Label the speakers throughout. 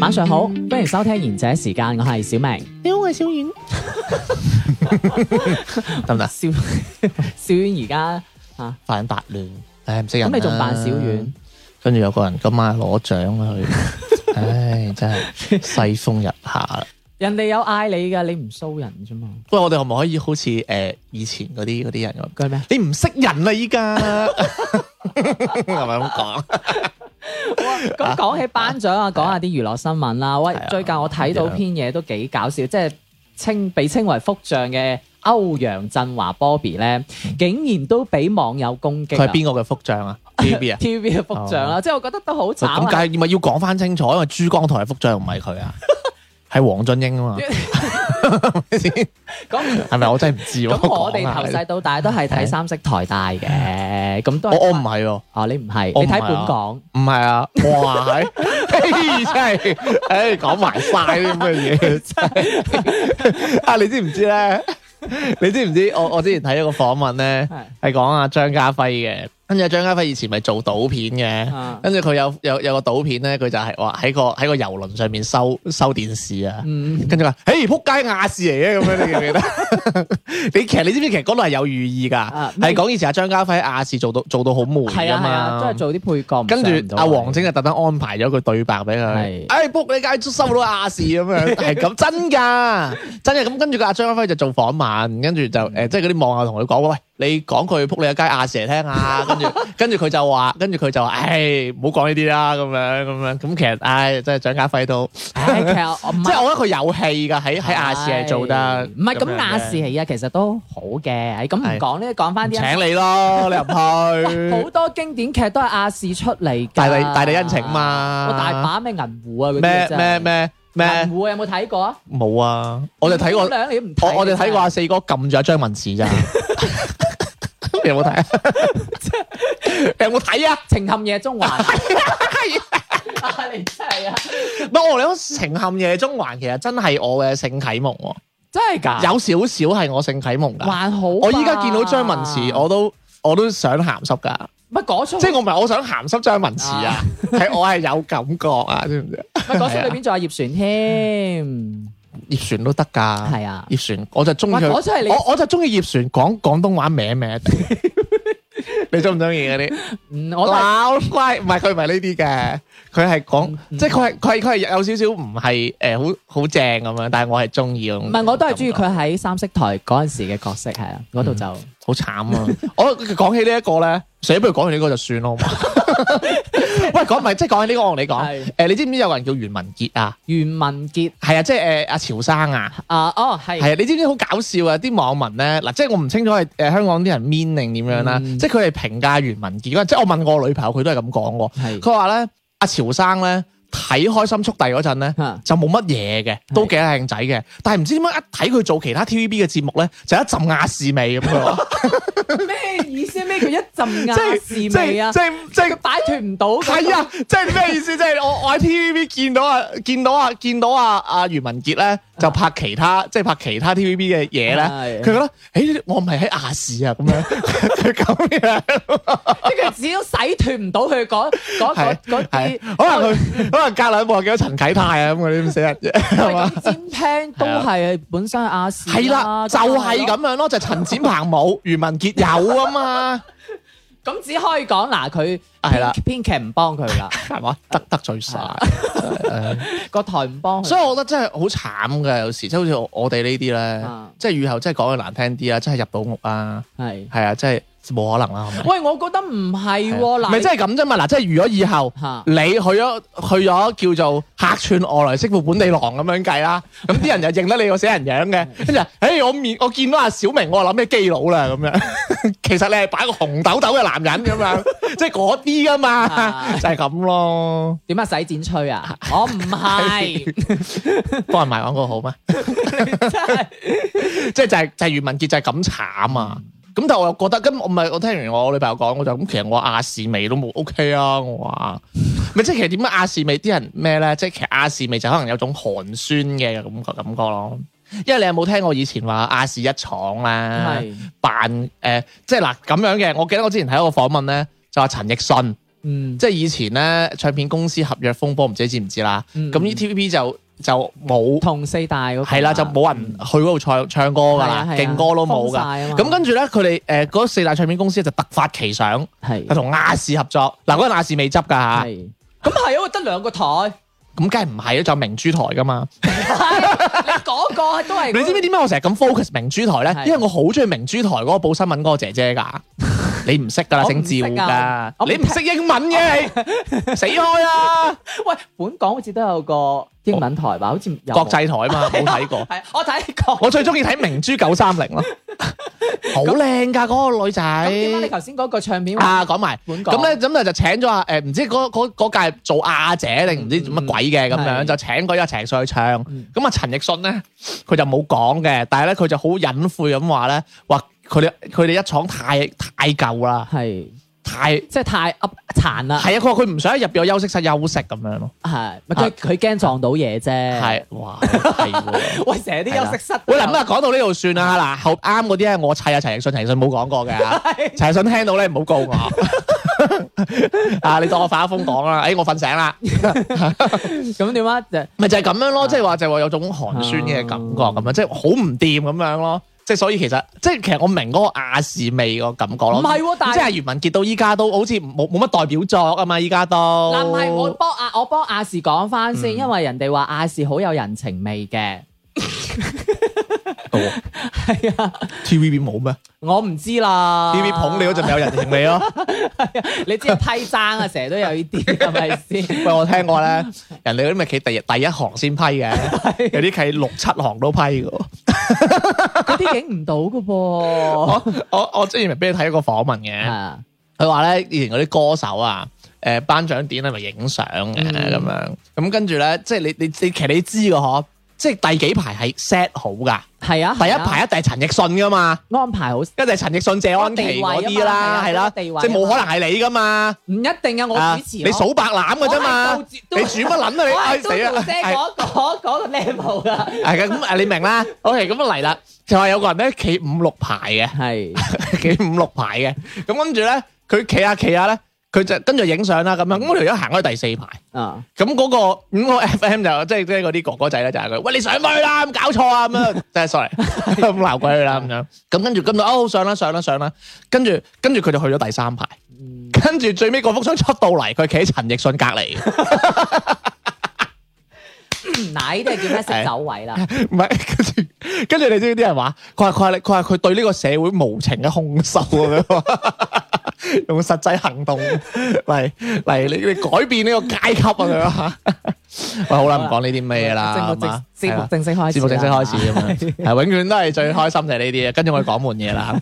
Speaker 1: 晚上好，歡迎收聽賢者時間，我係小明。
Speaker 2: 你好，我係小遠。得唔得？
Speaker 1: 小 小遠而家啊，
Speaker 2: 扮白亂，唉，唔識人
Speaker 1: 咁
Speaker 2: 啦。
Speaker 1: 你仲扮小遠？
Speaker 2: 跟住有個人今晚攞獎 啦，佢，唉，真係世風日下啦。
Speaker 1: 人哋有嗌你噶，你唔騷人啫嘛？
Speaker 2: 喂，我哋可唔可以好似誒、呃以前嗰啲嗰啲人咁？
Speaker 1: 佢係咩？
Speaker 2: 你唔識人啦，依家係咪咁講？
Speaker 1: 咁講起頒獎啊，講下啲娛樂新聞啦。喂
Speaker 2: 係啊，
Speaker 1: 最近我睇到篇嘢都幾搞笑，即係稱被稱為福將嘅歐陽振華 Bobby 咧，竟然都俾網友攻擊
Speaker 2: 佢係
Speaker 1: 啊。
Speaker 2: 邊個嘅福將啊 ？TVB 啊？
Speaker 1: TVB 嘅福將啦，即係我覺得都好慘
Speaker 2: 咁梗
Speaker 1: 啊。
Speaker 2: 係咪要講翻清楚？因為珠江台嘅福將唔係佢 啊，係黃俊英啊嘛，
Speaker 1: 咁
Speaker 2: 係咪？我真係唔知喎。
Speaker 1: 咁我哋
Speaker 2: 講下
Speaker 1: 頭細到大都係睇三色台大嘅，咁都係
Speaker 2: 我我唔係喎。
Speaker 1: 哦，你唔係，
Speaker 2: 我唔
Speaker 1: 你睇
Speaker 2: 係啊
Speaker 1: 本 港。
Speaker 2: 唔係啊，哇係，唉真係，唉講埋晒啲咁嘅嘢，真係啊！你知唔知咧？你知唔知我我之前睇咗個訪問咧，係講啊張家輝嘅，跟住張家輝以前咪做賭片嘅
Speaker 1: 啊，
Speaker 2: 跟住佢有有有個賭片咧，佢就係話喺個喺個遊輪上面收收電視啊，
Speaker 1: 嗯，
Speaker 2: 跟住話，嘿仆街亞視嚟嘅咁樣，你記唔記得？ 你其實你知唔知其實嗰度係有寓意㗎，
Speaker 1: 啊
Speaker 2: 係講以前阿張家輝喺亞視做到做到好悶
Speaker 1: 係
Speaker 2: 㗎
Speaker 1: 啊係啊，
Speaker 2: 嘛，
Speaker 1: 都係做啲配角。唔上唔
Speaker 2: 跟住
Speaker 1: 到
Speaker 2: 阿
Speaker 1: 位
Speaker 2: 王 晶就特登安排咗句對白俾佢
Speaker 1: 係，
Speaker 2: 哎 book 你梗係收到亞視咁 樣，係咁真㗎，真係咁跟住個阿張家輝就做訪問，跟住就誒、
Speaker 1: 嗯
Speaker 2: 即係嗰啲網友同佢講，喂，你講佢 book 你一街亞視嚟聽 啊，跟住跟住佢就話，跟住佢就話，唉，唔好講呢啲啦，咁樣咁樣，咁其實唉，真係張家輝都，
Speaker 1: 唉，其實我唔
Speaker 2: 即
Speaker 1: 係
Speaker 2: 係我覺得佢有戲㗎，喺喺亞視係做得，
Speaker 1: 唔係咁
Speaker 2: 樣
Speaker 1: 亞
Speaker 2: 嘅
Speaker 1: 視係啊，其實都好嘅。咁唔
Speaker 2: 係
Speaker 1: 講呢，講翻啲
Speaker 2: 請你咯，你入
Speaker 1: 好
Speaker 2: 去。
Speaker 1: 多經典劇都係亞視出嚟㗎。
Speaker 2: 大地大地恩情嘛
Speaker 1: 我大把咩銀湖啊嗰啲
Speaker 2: 咩
Speaker 1: 真係
Speaker 2: 咩咩咩
Speaker 1: 銀湖有冇睇過啊？
Speaker 2: 冇啊！我就睇過
Speaker 1: 姑。娘你唔睇
Speaker 2: 我
Speaker 1: 嘅
Speaker 2: 我哋睇過阿四哥撳咗張文 字咋，你有冇睇啊？你有冇睇啊？
Speaker 1: 真係情陷夜 中環。 啊你真係啊，
Speaker 2: 唔係我哋講《情陷夜中環》，其實真係我嘅性啟蒙喎，
Speaker 1: 真係㗎，
Speaker 2: 有少少係我性啟蒙㗎。
Speaker 1: 還好吧。
Speaker 2: 我依家見到張文慈，我都我都想鹹濕㗎，
Speaker 1: 乜嗰出，
Speaker 2: 即係我唔係我想鹹濕張文慈哦啊，係我係有感覺啊，知唔知啊？
Speaker 1: 乜嗰出裏邊仲有葉璇添，
Speaker 2: 葉璇都得㗎，
Speaker 1: 係啊。
Speaker 2: 葉璇，我就中意佢。
Speaker 1: 哇嗰出係你
Speaker 2: 我我就中意葉璇講廣東話歪歪 地。你中唔中意嗰啲？
Speaker 1: 嗯，
Speaker 2: 我
Speaker 1: 我都係嗯
Speaker 2: 鬧乖，唔係佢唔係呢啲嘅，佢係講，即係佢係佢係佢係有少少唔係誒好好正咁樣，但係我係中意
Speaker 1: 唔
Speaker 2: 唔
Speaker 1: 係我都係中意，佢喺三色台嗰陣時嘅角色係啊，
Speaker 2: 嗯
Speaker 1: 嗰度就。
Speaker 2: 好慘啊！ 我講起呢一個咧，死不如講完呢個就算咯，好 嘛？喂，講唔係即係講起呢個，我同你講
Speaker 1: 係，
Speaker 2: 誒你知唔知有個人叫袁文傑啊？
Speaker 1: 袁文傑
Speaker 2: 係啊，即係誒阿潮生啊。
Speaker 1: 啊，哦係
Speaker 2: 係啊，你知唔知好搞笑啊？啲網民咧，嗱，即係我唔清楚係誒香港啲人 mean 定點樣啦，
Speaker 1: 嗯
Speaker 2: 即係佢係評價袁文傑嗰陣，即係我問過我女朋友，佢都係咁講喎。
Speaker 1: 係
Speaker 2: 佢話咧，阿潮生咧睇《開心速遞》嗰陣咧
Speaker 1: 嚇，
Speaker 2: 就冇乜嘢嘅，都幾靚仔嘅。但係唔知點解一睇佢做其他 TVB 嘅節目咧，就一陣亞視味咁樣 喎，
Speaker 1: 咩意思？咩叫一陣
Speaker 2: 即係
Speaker 1: 亞
Speaker 2: 即
Speaker 1: 視味啊
Speaker 2: 係即？係即係
Speaker 1: 佢。擺脱唔到㗎。
Speaker 2: 係啊，即係咩意思？即係我我喺 TVB 見到啊，見到啊，見到啊，阿余文傑咧就拍其他，即係拍其他 TVB 嘅嘢咧，
Speaker 1: 嗯係
Speaker 2: 佢覺得，誒，我唔係喺亞視啊，咁樣， 佢咁樣，
Speaker 1: 即係佢只要洗脱唔到佢嗰嗰
Speaker 2: 係
Speaker 1: 嗰嗰
Speaker 2: 係
Speaker 1: 啲，
Speaker 2: 可能佢可能隔兩幕見到陳啟泰啊咁嗰啲咁死人啫，係嘛？啊
Speaker 1: 咁尖聽都係本身係亞視啊
Speaker 2: 係啦，就嗯係。咁樣 咯，就係陳展鵬冇，余文傑有啊嘛，
Speaker 1: 咁只可以講嗱，佢
Speaker 2: 啊係啦，
Speaker 1: 編編劇唔幫佢 啦，
Speaker 2: 係啊嘛？得得罪晒。
Speaker 1: 個台唔幫佢。
Speaker 2: 所以我覺得真係好慘㗎，有時即係好似我我哋呢啲咧，
Speaker 1: 啊
Speaker 2: 即係雨後真係講句難聽啲啊，真係入到屋啊，
Speaker 1: 係，
Speaker 2: 係啊，真係冇可能啦，係咪？
Speaker 1: 喂，我覺得唔係喎，嗱，
Speaker 2: 咪真係咁啫嘛，嗱，即係如果以後。
Speaker 1: 嚇，
Speaker 2: 你去咗去咗叫做客串外來媳婦本地郎咁樣計啦，咁啲人就認得你個死人樣嘅，跟住話，誒我面我見到阿小明，我就諗咩基佬啦咁樣， 其實你係擺個紅豆豆嘅男人咁樣，即係嗰啲噶嘛，
Speaker 1: 啊
Speaker 2: 就係咁咯，
Speaker 1: 點啊？洗剪吹 啊？我唔係，
Speaker 2: 幫人賣廣告好咩？
Speaker 1: 真係
Speaker 2: 即係就係就係余文傑就係咁慘啊！
Speaker 1: 嗯
Speaker 2: 咁但係我又覺得，咁我咪我聽完我女朋友講，我就咁其實我亞視味都冇 OK 啊！我 話咪即係其實點解亞視味啲人咩咧？即係其實亞視味就可能有種寒酸嘅感覺感覺咯。因為你有冇聽過以前話亞視一廠咧
Speaker 1: 係，
Speaker 2: 扮誒、呃即係嗱咁樣嘅。我記得我之前睇一個訪問咧，就話陳奕迅，
Speaker 1: 嗯，
Speaker 2: 即係以前咧唱片公司合約風波，唔知你知唔知啦？
Speaker 1: 嗯
Speaker 2: 咁呢 TVB 就就冇
Speaker 1: 同四大嗰個啊嗯
Speaker 2: 係啦，就冇人去嗰度唱唱歌㗎
Speaker 1: 係啊
Speaker 2: 啦
Speaker 1: 係，啊
Speaker 2: 勁歌都
Speaker 1: 封
Speaker 2: 冇
Speaker 1: 晒
Speaker 2: 㗎。
Speaker 1: 啊嘛
Speaker 2: 咁跟住咧，佢哋誒嗰四大唱片公司就突發奇想，
Speaker 1: 係
Speaker 2: 就同亞視合作。嗱，嗰陣亞視未執㗎
Speaker 1: 嗯
Speaker 2: 嚇，
Speaker 1: 係，咁係啊，我得兩個台。
Speaker 2: 咁梗係唔係啦，仲有明珠台㗎嘛？
Speaker 1: 你嗰個都係
Speaker 2: 你知唔知點解我成日咁 focus 明珠台咧？
Speaker 1: 係
Speaker 2: 因為我好中意明珠台嗰個報新聞嗰個姐 姐㗎。你唔識㗎啦，
Speaker 1: 我唔
Speaker 2: 姓趙
Speaker 1: 識
Speaker 2: 㗎
Speaker 1: 啊我，唔
Speaker 2: 你唔識英文嘅， 你死開啦！
Speaker 1: 喂，本港好似都有個英文台吧？好似有啊
Speaker 2: 國際台啊 嘛，冇睇過。
Speaker 1: 係我睇過。
Speaker 2: 我最中意睇明珠九三零咯，好靚㗎嗰個女仔。
Speaker 1: 咁點啊解你頭先嗰個唱片
Speaker 2: 啊，講埋。
Speaker 1: 本港
Speaker 2: 咁咧，咁就就請咗啊誒，唔知嗰嗰嗰屆做亞姐定唔知做乜鬼嘅咁樣，
Speaker 1: 係
Speaker 2: 就請嗰一齊上去唱。
Speaker 1: 嗯
Speaker 2: 咁啊，陳奕迅咧，佢就冇講嘅，但係咧佢就好隱晦咁話咧，話佢哋佢哋一廠太太舊啦，
Speaker 1: 係
Speaker 2: 太
Speaker 1: 即係太噏殘啦，
Speaker 2: 係啊，佢話佢唔想喺入邊有休息室休息咁樣咯。
Speaker 1: 係咪佢佢驚撞到嘢啫？
Speaker 2: 係，哇，係喎。
Speaker 1: 喂，成日啲休息室
Speaker 2: 喂，嗱咁啊，講到呢度算啦。嗱，後啱嗰啲咧，我砌啊陳奕迅，陳奕迅冇講過嘅 啊。
Speaker 1: 係
Speaker 2: 陳奕迅聽到咧，唔好告我。 啊，你當我發咗瘋講啦。誒，我瞓醒啦。
Speaker 1: 咁點啊？就
Speaker 2: 咪就係咁樣咯，
Speaker 1: 啊嗯
Speaker 2: 即係話就係話有種寒酸嘅感覺咁樣，即係好唔掂咁樣咯。即係所以其實，即係其實我明嗰個亞視味個感覺咯。
Speaker 1: 唔係喎但係
Speaker 2: 即係余文傑到依家都好似冇冇乜代表作啊嘛，依家都
Speaker 1: 嗱，唔係我幫亞我幫亞視講翻
Speaker 2: 嗯
Speaker 1: 先，因為人哋話亞視好有人情味嘅，係啊，
Speaker 2: TVB 冇咩
Speaker 1: 我唔知啦。
Speaker 2: ？TVB 捧你嗰陣咪有人情 味咯。
Speaker 1: 你知批爭啊，成日都有呢啲， 係咪先？
Speaker 2: 喂，我聽過咧，人哋嗰啲咪企第一第一行先批嘅，有啲企六七行都批嘅喎。
Speaker 1: 嗰啲影唔到噶噃。
Speaker 2: 我我我之前咪俾你睇一個訪問嘅。
Speaker 1: 啊，
Speaker 2: 佢話咧，以前嗰啲歌手啊，誒頒獎典禮咪影相嘅
Speaker 1: 嗯
Speaker 2: 咁樣，咁跟住咧，即係你你你其實你知嘅嗬，即係第幾排係 set 好噶，
Speaker 1: 係啊，
Speaker 2: 第一排一定係陳奕迅噶嘛，
Speaker 1: 安排好，唔
Speaker 2: 一定係陳奕迅、謝安琪嗰啲啦，
Speaker 1: 有地位啊嘛係啊
Speaker 2: 係啦，
Speaker 1: 有地位啊嘛
Speaker 2: 即係冇可能係你噶嘛，
Speaker 1: 一定啊，
Speaker 2: 啊
Speaker 1: 我主持咯。
Speaker 2: 你數白欖嘅啫
Speaker 1: 我係，
Speaker 2: 嘛
Speaker 1: 杜絕
Speaker 2: 你
Speaker 1: 都
Speaker 2: 煮乜撚
Speaker 1: 我
Speaker 2: 啊
Speaker 1: 係
Speaker 2: 你，
Speaker 1: 都
Speaker 2: 死啦，
Speaker 1: 姐嗰嗰嗰個 level 噶，
Speaker 2: 係嘅，咁誒你明啦，OK，咁嚟啦，就話有個人咧企五六排嘅。
Speaker 1: 係
Speaker 2: 企五六排嘅，咁跟住咧，佢企下企下咧，佢就跟住影相啦咁樣，咁我條友行開第四排，
Speaker 1: 啊，
Speaker 2: 咁嗰、個咁、個 FM 就即係即係嗰啲哥哥仔咧就係佢，喂你上去啦，咁搞錯啊咁樣， 即係 sorry，咁鬧鬼佢啦咁樣，咁跟住跟住哦上啦上啦上啦，跟住跟住佢就去咗第三排，跟住最尾嗰幅相出到嚟，佢企喺陳奕迅隔離，
Speaker 1: 奶都係叫咩識走位啦，
Speaker 2: 唔係跟住跟住你知唔知啲人話，佢話佢話佢話佢對呢個社會無情嘅控訴咁樣。 用實際行動嚟嚟你你改變呢個階級啊咁樣 嚇！喂，好啦，唔講呢啲咩嘢啦，
Speaker 1: 啊節
Speaker 2: 係
Speaker 1: 目
Speaker 2: 嘛
Speaker 1: 正節
Speaker 2: 係啊
Speaker 1: 目
Speaker 2: 啦
Speaker 1: 正式開始啦，
Speaker 2: 節目正式開始咁樣，係永遠都係最開心就係呢啲啊。跟住我哋講悶嘢啦。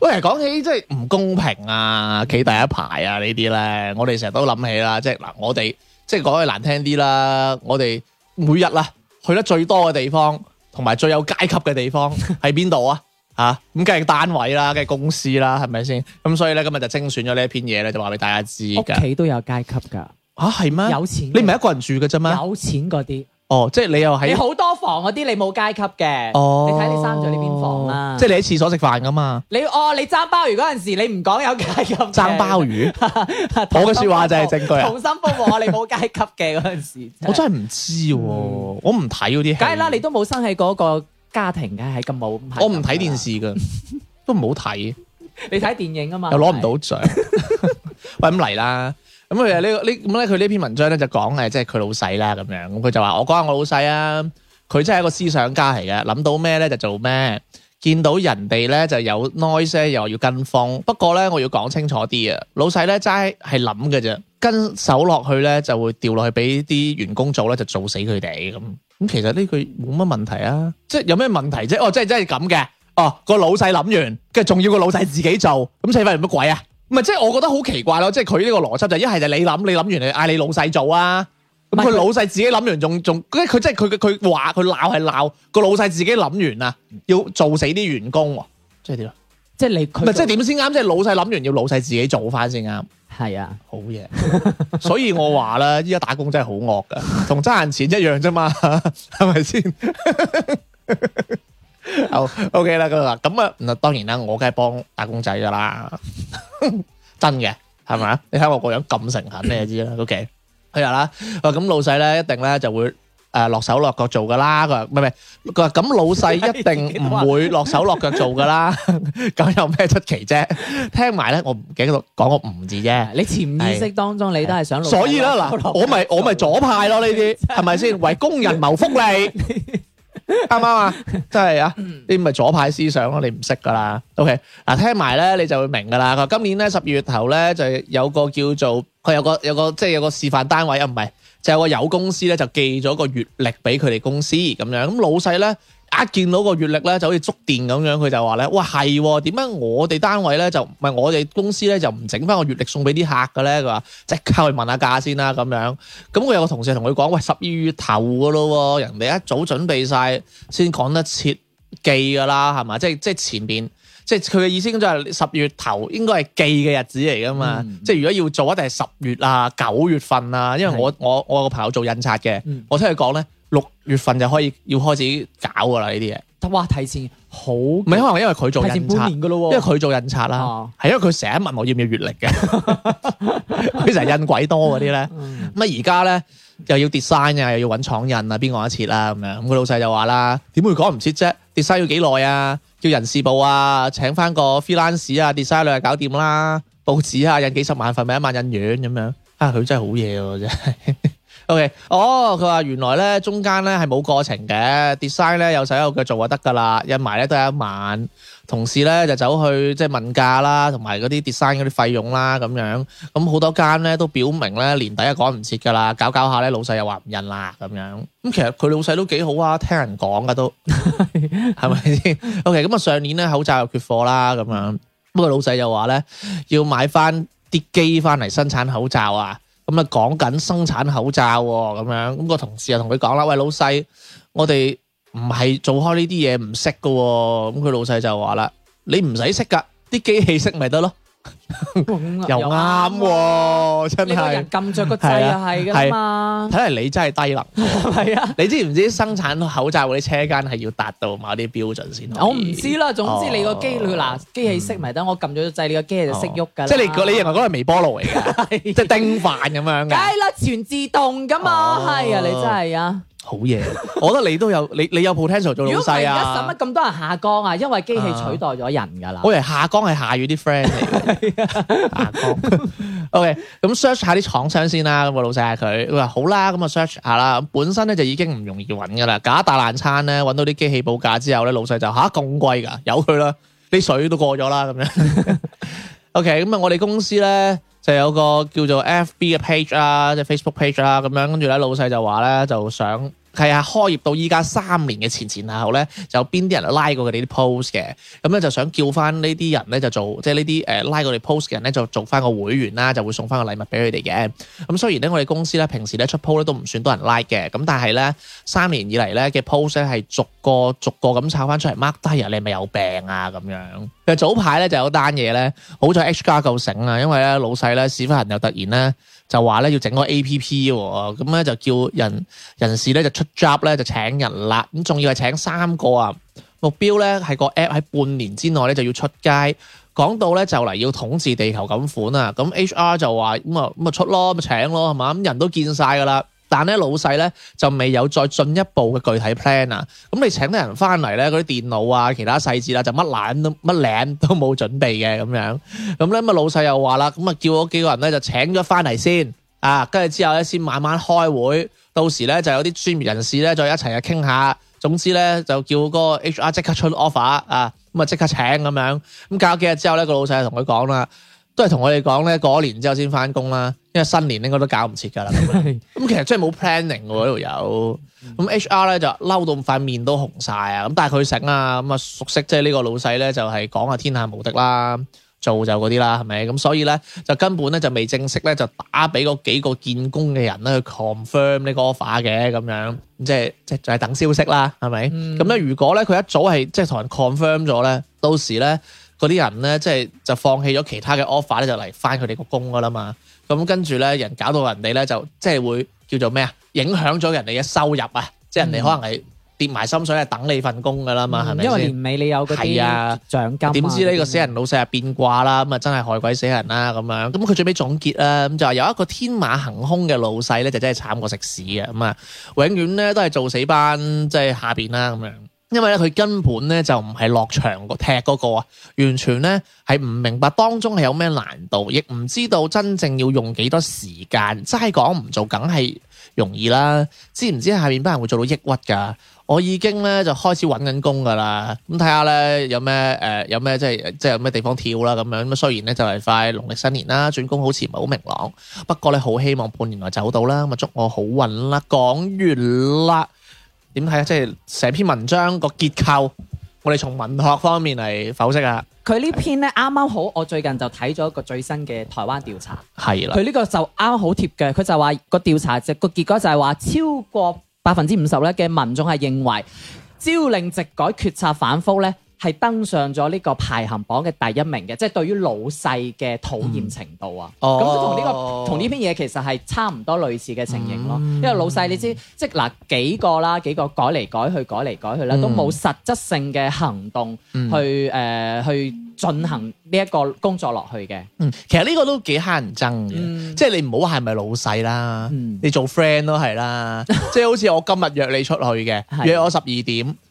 Speaker 2: 喂，講起即係唔公平啊，企第一排啊呢啲咧，我哋成日都諗起啦。即係嗱，我哋即係講句難聽啲啦，我哋每日啦去得最多嘅地方，同埋最有階級嘅 地方係邊度啊？嚇咁梗係單位啦，梗係公司啦，係咪先？咁所以咧，今日就精選咗呢一篇嘢咧，就話俾大家知㗎。
Speaker 1: 屋企都有階級㗎，
Speaker 2: 嚇係咩？
Speaker 1: 有錢嘅
Speaker 2: 你唔係一個人住嘅啫咩？
Speaker 1: 有錢嗰啲，
Speaker 2: 哦，即係你又
Speaker 1: 你
Speaker 2: 喺
Speaker 1: 好多房嗰啲你冇階級嘅，
Speaker 2: 哦，
Speaker 1: 你睇你生咗呢邊房啊啦，
Speaker 2: 即係你喺廁所食飯噶嘛？
Speaker 1: 你哦，你爭鮑魚嗰陣時，你唔講有階級嘅，
Speaker 2: 爭鮑魚，
Speaker 1: 我
Speaker 2: 我嘅説話就係證據啊
Speaker 1: 同心報和，你冇階級嘅嗰陣時，
Speaker 2: 我真係唔知喎，我唔睇嗰啲戲。
Speaker 1: 嗯梗係啦，你都冇生喺嗰個家庭嘅，係咁冇。
Speaker 2: 我唔 睇電，視噶，都唔好睇，
Speaker 1: 你睇電影啊嘛，
Speaker 2: 又攞唔到獎。 喂，咁嚟啦。咁佢呢個呢咁咧，佢呢篇文章咧就講誒，即係佢老細啦咁樣。咁佢就話：我講下我老細啊，佢真係一個思想家嚟嘅，諗到咩咧就做咩。見到人哋咧就有 noise 咧又話要跟風，不過咧我要講清楚啲啊。老細咧齋係諗嘅啫，跟手落去咧就會掉落去俾啲員工做咧，就做死佢哋咁。咁其實呢句冇乜問題啊，即係有咩問題啫？哦，即係真係咁嘅。哦，個老細諗完，跟住仲要個老細自己做，咁使費做乜鬼啊？唔係，即係我覺得好奇怪咯，即係佢呢個邏輯就一係就哎你諗，你諗完你嗌你老細做啊。咁佢
Speaker 1: 唔係佢
Speaker 2: 老細自己諗完仲仲，佢佢即係佢佢佢話佢鬧係鬧，個老細自己諗完啊，要做死啲員工喎，即係點啊？
Speaker 1: 即係你佢
Speaker 2: 唔係即係點先啱？即係老細諗完要老細自己做翻先啱。
Speaker 1: 係啊，
Speaker 2: 好嘢， 所以我話啦，依家打工真係好惡噶，同爭人錢一樣啫嘛， 係咪先？ 好 OK 啦，咁啊，咁啊，嗱當然啦，我梗係幫打工仔噶啦， 真嘅係咪啊？你睇我個樣咁誠懇，你就知啦。OK，佢話啦，喂咁老細咧一定咧就會。誒落手落腳做噶啦，佢話唔係唔係，佢話咁老細一定唔會落手落腳做噶啦， 咁有咩出奇啫？聽埋咧，我唔記得講個唔字啫。
Speaker 1: 你潛意識當中你都係想老細
Speaker 2: 所以啦，
Speaker 1: 落手
Speaker 2: 嗱，
Speaker 1: 落
Speaker 2: 我咪
Speaker 1: 腳
Speaker 2: 我咪左派咯，呢 啲係咪先？為工人謀福利，啱唔啱啊？真係啊，呢咪左派思想咯，你唔識噶啦。OK，嗱，聽埋咧你就會明噶啦。佢話今年咧十二月頭咧就有個叫做佢有個有個即係有個示範單位啊，唔係就有個有公司咧就寄咗個月曆俾佢哋公司咁樣，咁老細咧。一見到個月曆咧，就好似觸電咁樣，佢就話咧：，哇，係喎，點解我哋單位咧就唔係我哋公司咧就唔整翻個月曆送俾啲客嘅咧？佢話即刻去問下價先啦咁樣。咁我有個同事同佢講：，喂，十二月頭嘅咯喎，人哋一早準備晒先講得切寄㗎啦，係嘛？即係即係前邊。即係佢嘅意思就係十月頭應該係寄嘅日子嚟㗎嘛，
Speaker 1: 嗯
Speaker 2: 即係如果要做一定係十月啊、九月份啊，因為我我我有個朋友做印刷嘅，
Speaker 1: 嗯
Speaker 2: 我聽佢講咧六月份就可以要開始搞㗎啦呢啲嘢。
Speaker 1: 哇提前好
Speaker 2: 唔係可能因為佢做
Speaker 1: 提前
Speaker 2: 印
Speaker 1: 半
Speaker 2: 刷，
Speaker 1: 年噶咯
Speaker 2: 因
Speaker 1: 喎，
Speaker 2: 為佢做印刷啦，
Speaker 1: 啊
Speaker 2: 係因為佢成日問我要唔要月曆嘅， 佢成日印鬼多嗰啲咧。
Speaker 1: 嗯
Speaker 2: 咁啊而家咧又要 design 啊，又要揾廠印啊，邊個一切啦咁樣。咁佢老細就話啦，點會講唔切啫？design 要幾耐啊？叫人事部啊，請翻個 freelance 啊，design 兩日搞掂啦。報紙啊，印幾十萬份咪一萬印完咁樣。啊，佢真係好嘢喎，真係。O.K. 哦，佢話原來咧中間咧係冇過程嘅，design 咧有手有腳做就得㗎啦，印埋咧都係一晚。同事咧就走去即係問價啦，同埋嗰啲 design 嗰啲費用啦咁樣。咁好多間咧都表明咧年底啊趕唔切㗎啦，搞搞下咧老細又話唔印啦咁樣。咁其實佢老細都幾好啊，聽人講㗎都係咪先？O.K. 咁啊上年咧口罩又缺貨啦咁樣，咁佢老細又話咧要買翻啲機翻嚟生產口罩啊。咁啊講緊生產口罩喎，咁樣咁個同事就同佢講啦，喂老細，我哋唔係做開呢啲嘢唔識噶喎，咁佢老細就話啦，你唔使識噶，啲機器識咪得咯，
Speaker 1: 嗯 啊
Speaker 2: 又啱喎，真
Speaker 1: 你個
Speaker 2: 係
Speaker 1: 人，撳着個掣又係㗎啦嘛
Speaker 2: 睇，嚟你真係低能，
Speaker 1: 係咪啊？
Speaker 2: 你知唔知生產口罩嗰啲車間係要達到某啲標準先可以？
Speaker 1: 我唔知啦，總之你個機
Speaker 2: 哦嗯
Speaker 1: 你嗱機器識咪得，我撳咗個掣，你個機器就識喐㗎啦。
Speaker 2: 即係你你認為嗰個係微波爐 嚟嘅，即係叮飯咁樣
Speaker 1: 梗
Speaker 2: 嘅。
Speaker 1: 係啦，全自動㗎嘛，
Speaker 2: 哦
Speaker 1: 係啊，你真係啊！
Speaker 2: 好嘢，我覺得你都有你你有 potential 做
Speaker 1: 如果
Speaker 2: 老
Speaker 1: 唔係而家
Speaker 2: 細
Speaker 1: 使
Speaker 2: 啊
Speaker 1: 乜！咁多人下崗啊？因為機器
Speaker 2: 啊
Speaker 1: 取代咗人㗎啦。啊
Speaker 2: 我以為下江係下雨啲 friend 嚟嘅，下江。OK，咁 search 下啲廠商先啦。咁我老細係佢，佢話好啦，咁啊 search 下啦。本身咧就已經唔容易揾噶啦，假大爛餐咧揾到啲機器報價之後咧，老細就吓咁貴㗎，由佢啦，啲水都過咗啦咁樣。OK，咁啊，我哋公司咧就有個叫做 FB 嘅 page 啦，即係 Facebook page 啊啦，咁樣跟住咧老細就話咧就想睇下開業到依家三年嘅前前後後咧，就有邊啲人拉過佢哋啲 post 嘅，咁咧就想叫翻呢啲人咧就做，即係呢啲誒拉過佢哋 post 嘅人咧就做翻個會員啦，就會送翻個禮物俾佢哋嘅。咁雖然咧我哋公司咧平時咧出 post 咧都唔算多人 like 嘅，咁但係咧三年以嚟咧嘅 post 咧係逐個逐個咁抄翻出嚟 mark 低啊，你係咪有病啊咁樣。其實早排咧就有單嘢咧。好在 H 加夠醒啊，因為咧老細咧屎忽痕又突然咧就話咧要整個 A P P 喎，咁咧就叫人人事咧就出 job 咧就請人啦，咁仲要係請三個啊，目標咧係個 app 喺半年之內咧就要出街。講到咧就嚟要統啊治地球咁款啊，咁 H R 就話咁啊咁啊出咯，咪請咯係嘛，咁人都見晒㗎啦，但咧老細咧就未有再進一步嘅具體 plan 啊。咁你請啲人翻嚟咧，嗰啲電腦啊、其他細節啦、就乜懶都乜靚都冇準備嘅咁樣。咁咧咁啊老細又話啦，咁啊叫嗰幾個人咧就請咗翻嚟先啊，跟住之後咧先慢慢開會。到時咧就有啲專業人士咧再一齊啊去傾下。總之咧就叫嗰個 HR 即刻出 offer 啊，咁啊即刻請咁樣。咁搞咗幾日之後咧，個老細就同佢講啦。都係同我哋講咧，過咗年之後先翻工啦，因為新年應該都搞唔切㗎啦。咁樣咁其實真係冇 planning 喎，呢度有。咁 HR 咧就嬲到塊面都紅晒啊！咁但係佢醒啊，咁啊熟悉即係呢個老細咧就係講下天下無敵啦，做就嗰啲啦，係咪？咁所以咧就根本咧就未正式咧就打俾嗰幾個見工嘅人咧去 confirm 呢個 offer 嘅咁樣，即係即係就係等消息啦，係咪？咁咧、如果咧佢一早係即係同人 confirm 咗咧，到時咧。嗰啲人咧，即係就放棄咗其他嘅 offer 咧，就嚟翻佢哋個工噶啦嘛。咁跟住咧，人搞到人哋咧就即係會叫做咩啊？影響咗人哋嘅收入啊！即係人哋可能係跌埋心水，係等你份工噶啦嘛，啊係
Speaker 1: 嗯
Speaker 2: 咪
Speaker 1: 因為
Speaker 2: 先？
Speaker 1: 年尾你有嗰
Speaker 2: 係
Speaker 1: 啲
Speaker 2: 啊
Speaker 1: 獎金啊，
Speaker 2: 點知呢個死
Speaker 1: 人
Speaker 2: 人老細係變卦啦，咁啊真係害鬼死人啦咁樣。咁佢最尾總結啦，咁就話有一個天馬行空嘅老細咧，就真係慘過食屎嘅咁啊，永遠咧都係做死班即係下邊啦咁樣。因為咧佢根本咧就唔係落場個踢嗰個啊，完全咧係唔明白當中係有咩難度，亦唔知道真正要用幾多時間。齋講唔做，梗係容易啦。知唔知下面班人會做到抑鬱㗎？我已經咧就開始揾緊工㗎啦，咁睇下咧有咩誒、呃有咩即係即係有咩地方跳啦咁樣。咁啊雖然咧就係快農曆新年啦，轉工好似唔係好明朗，不過咧好希望半年內走到啦，咁啊祝我好運啦。講完啦，點睇啊？即係成篇文章個結構，我哋從文學方面嚟剖析啊，
Speaker 1: 佢呢篇咧啱啱好，我最近就睇咗一個最新嘅台灣調查，
Speaker 2: 係啦
Speaker 1: 佢，呢個就啱啱好貼嘅，佢就話個調查就個結果就係話超過百分之五十咧嘅民眾係認為朝令夕改決策反覆咧係登上咗呢個排行榜嘅第一名嘅，即係對於老細嘅討厭程度啊。
Speaker 2: 嗯
Speaker 1: 咁
Speaker 2: 哦
Speaker 1: 同呢個同呢篇嘢其實係差唔多類似嘅情形咯。
Speaker 2: 嗯
Speaker 1: 因為老細你知即係嗱幾個啦，幾個改嚟改去，改嚟改去啦，都
Speaker 2: 嗯
Speaker 1: 冇實質性嘅行動
Speaker 2: 嗯
Speaker 1: 去誒去進行呢一個工作落去嘅。
Speaker 2: 嗯，其實呢個都幾乞人憎嘅，
Speaker 1: 嗯
Speaker 2: 即係你唔好話係咪老細啦，
Speaker 1: 嗯
Speaker 2: 你做 friend 都係 啦，即係好似我今日約你出去嘅，
Speaker 1: 係
Speaker 2: 約我十二點，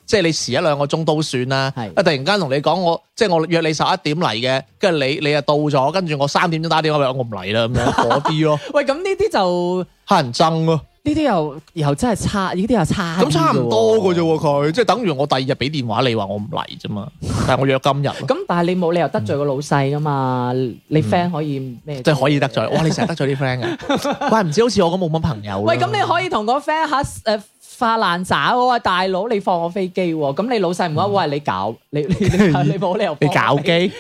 Speaker 2: 即係你遲一兩個鐘都算啦。
Speaker 1: 係
Speaker 2: 啊，突然間同你講我，即係我約你十一點嚟嘅，跟住你你又到咗，跟住我三點鐘打電話俾我，我唔嚟啦咁 樣嗰啲咯，
Speaker 1: 喂，咁呢啲就〜
Speaker 2: 乞人 憎咯。
Speaker 1: 呢啲又又真係差，呢啲又差啲
Speaker 2: 咁差唔多嘅啫
Speaker 1: 喎。
Speaker 2: 喎，佢即係等於我第二日俾電話你話我唔嚟啫嘛，但係我約今日 咯，
Speaker 1: 咁但係你冇理由得罪個老細噶嘛？你 friend 可以咩啫？
Speaker 2: 即嗯係可以得罪。哇，你成日得罪啲 friend 嘅，怪唔知好似我咁冇乜朋友啦。
Speaker 1: 喂，咁你可以同個 friend 嚇誒發爛渣喎，大佬你放我飛機喎，咁你老細唔好喂你搞 你你你你冇理由
Speaker 2: 嗯你
Speaker 1: 放
Speaker 2: 搞
Speaker 1: 我飛
Speaker 2: 基，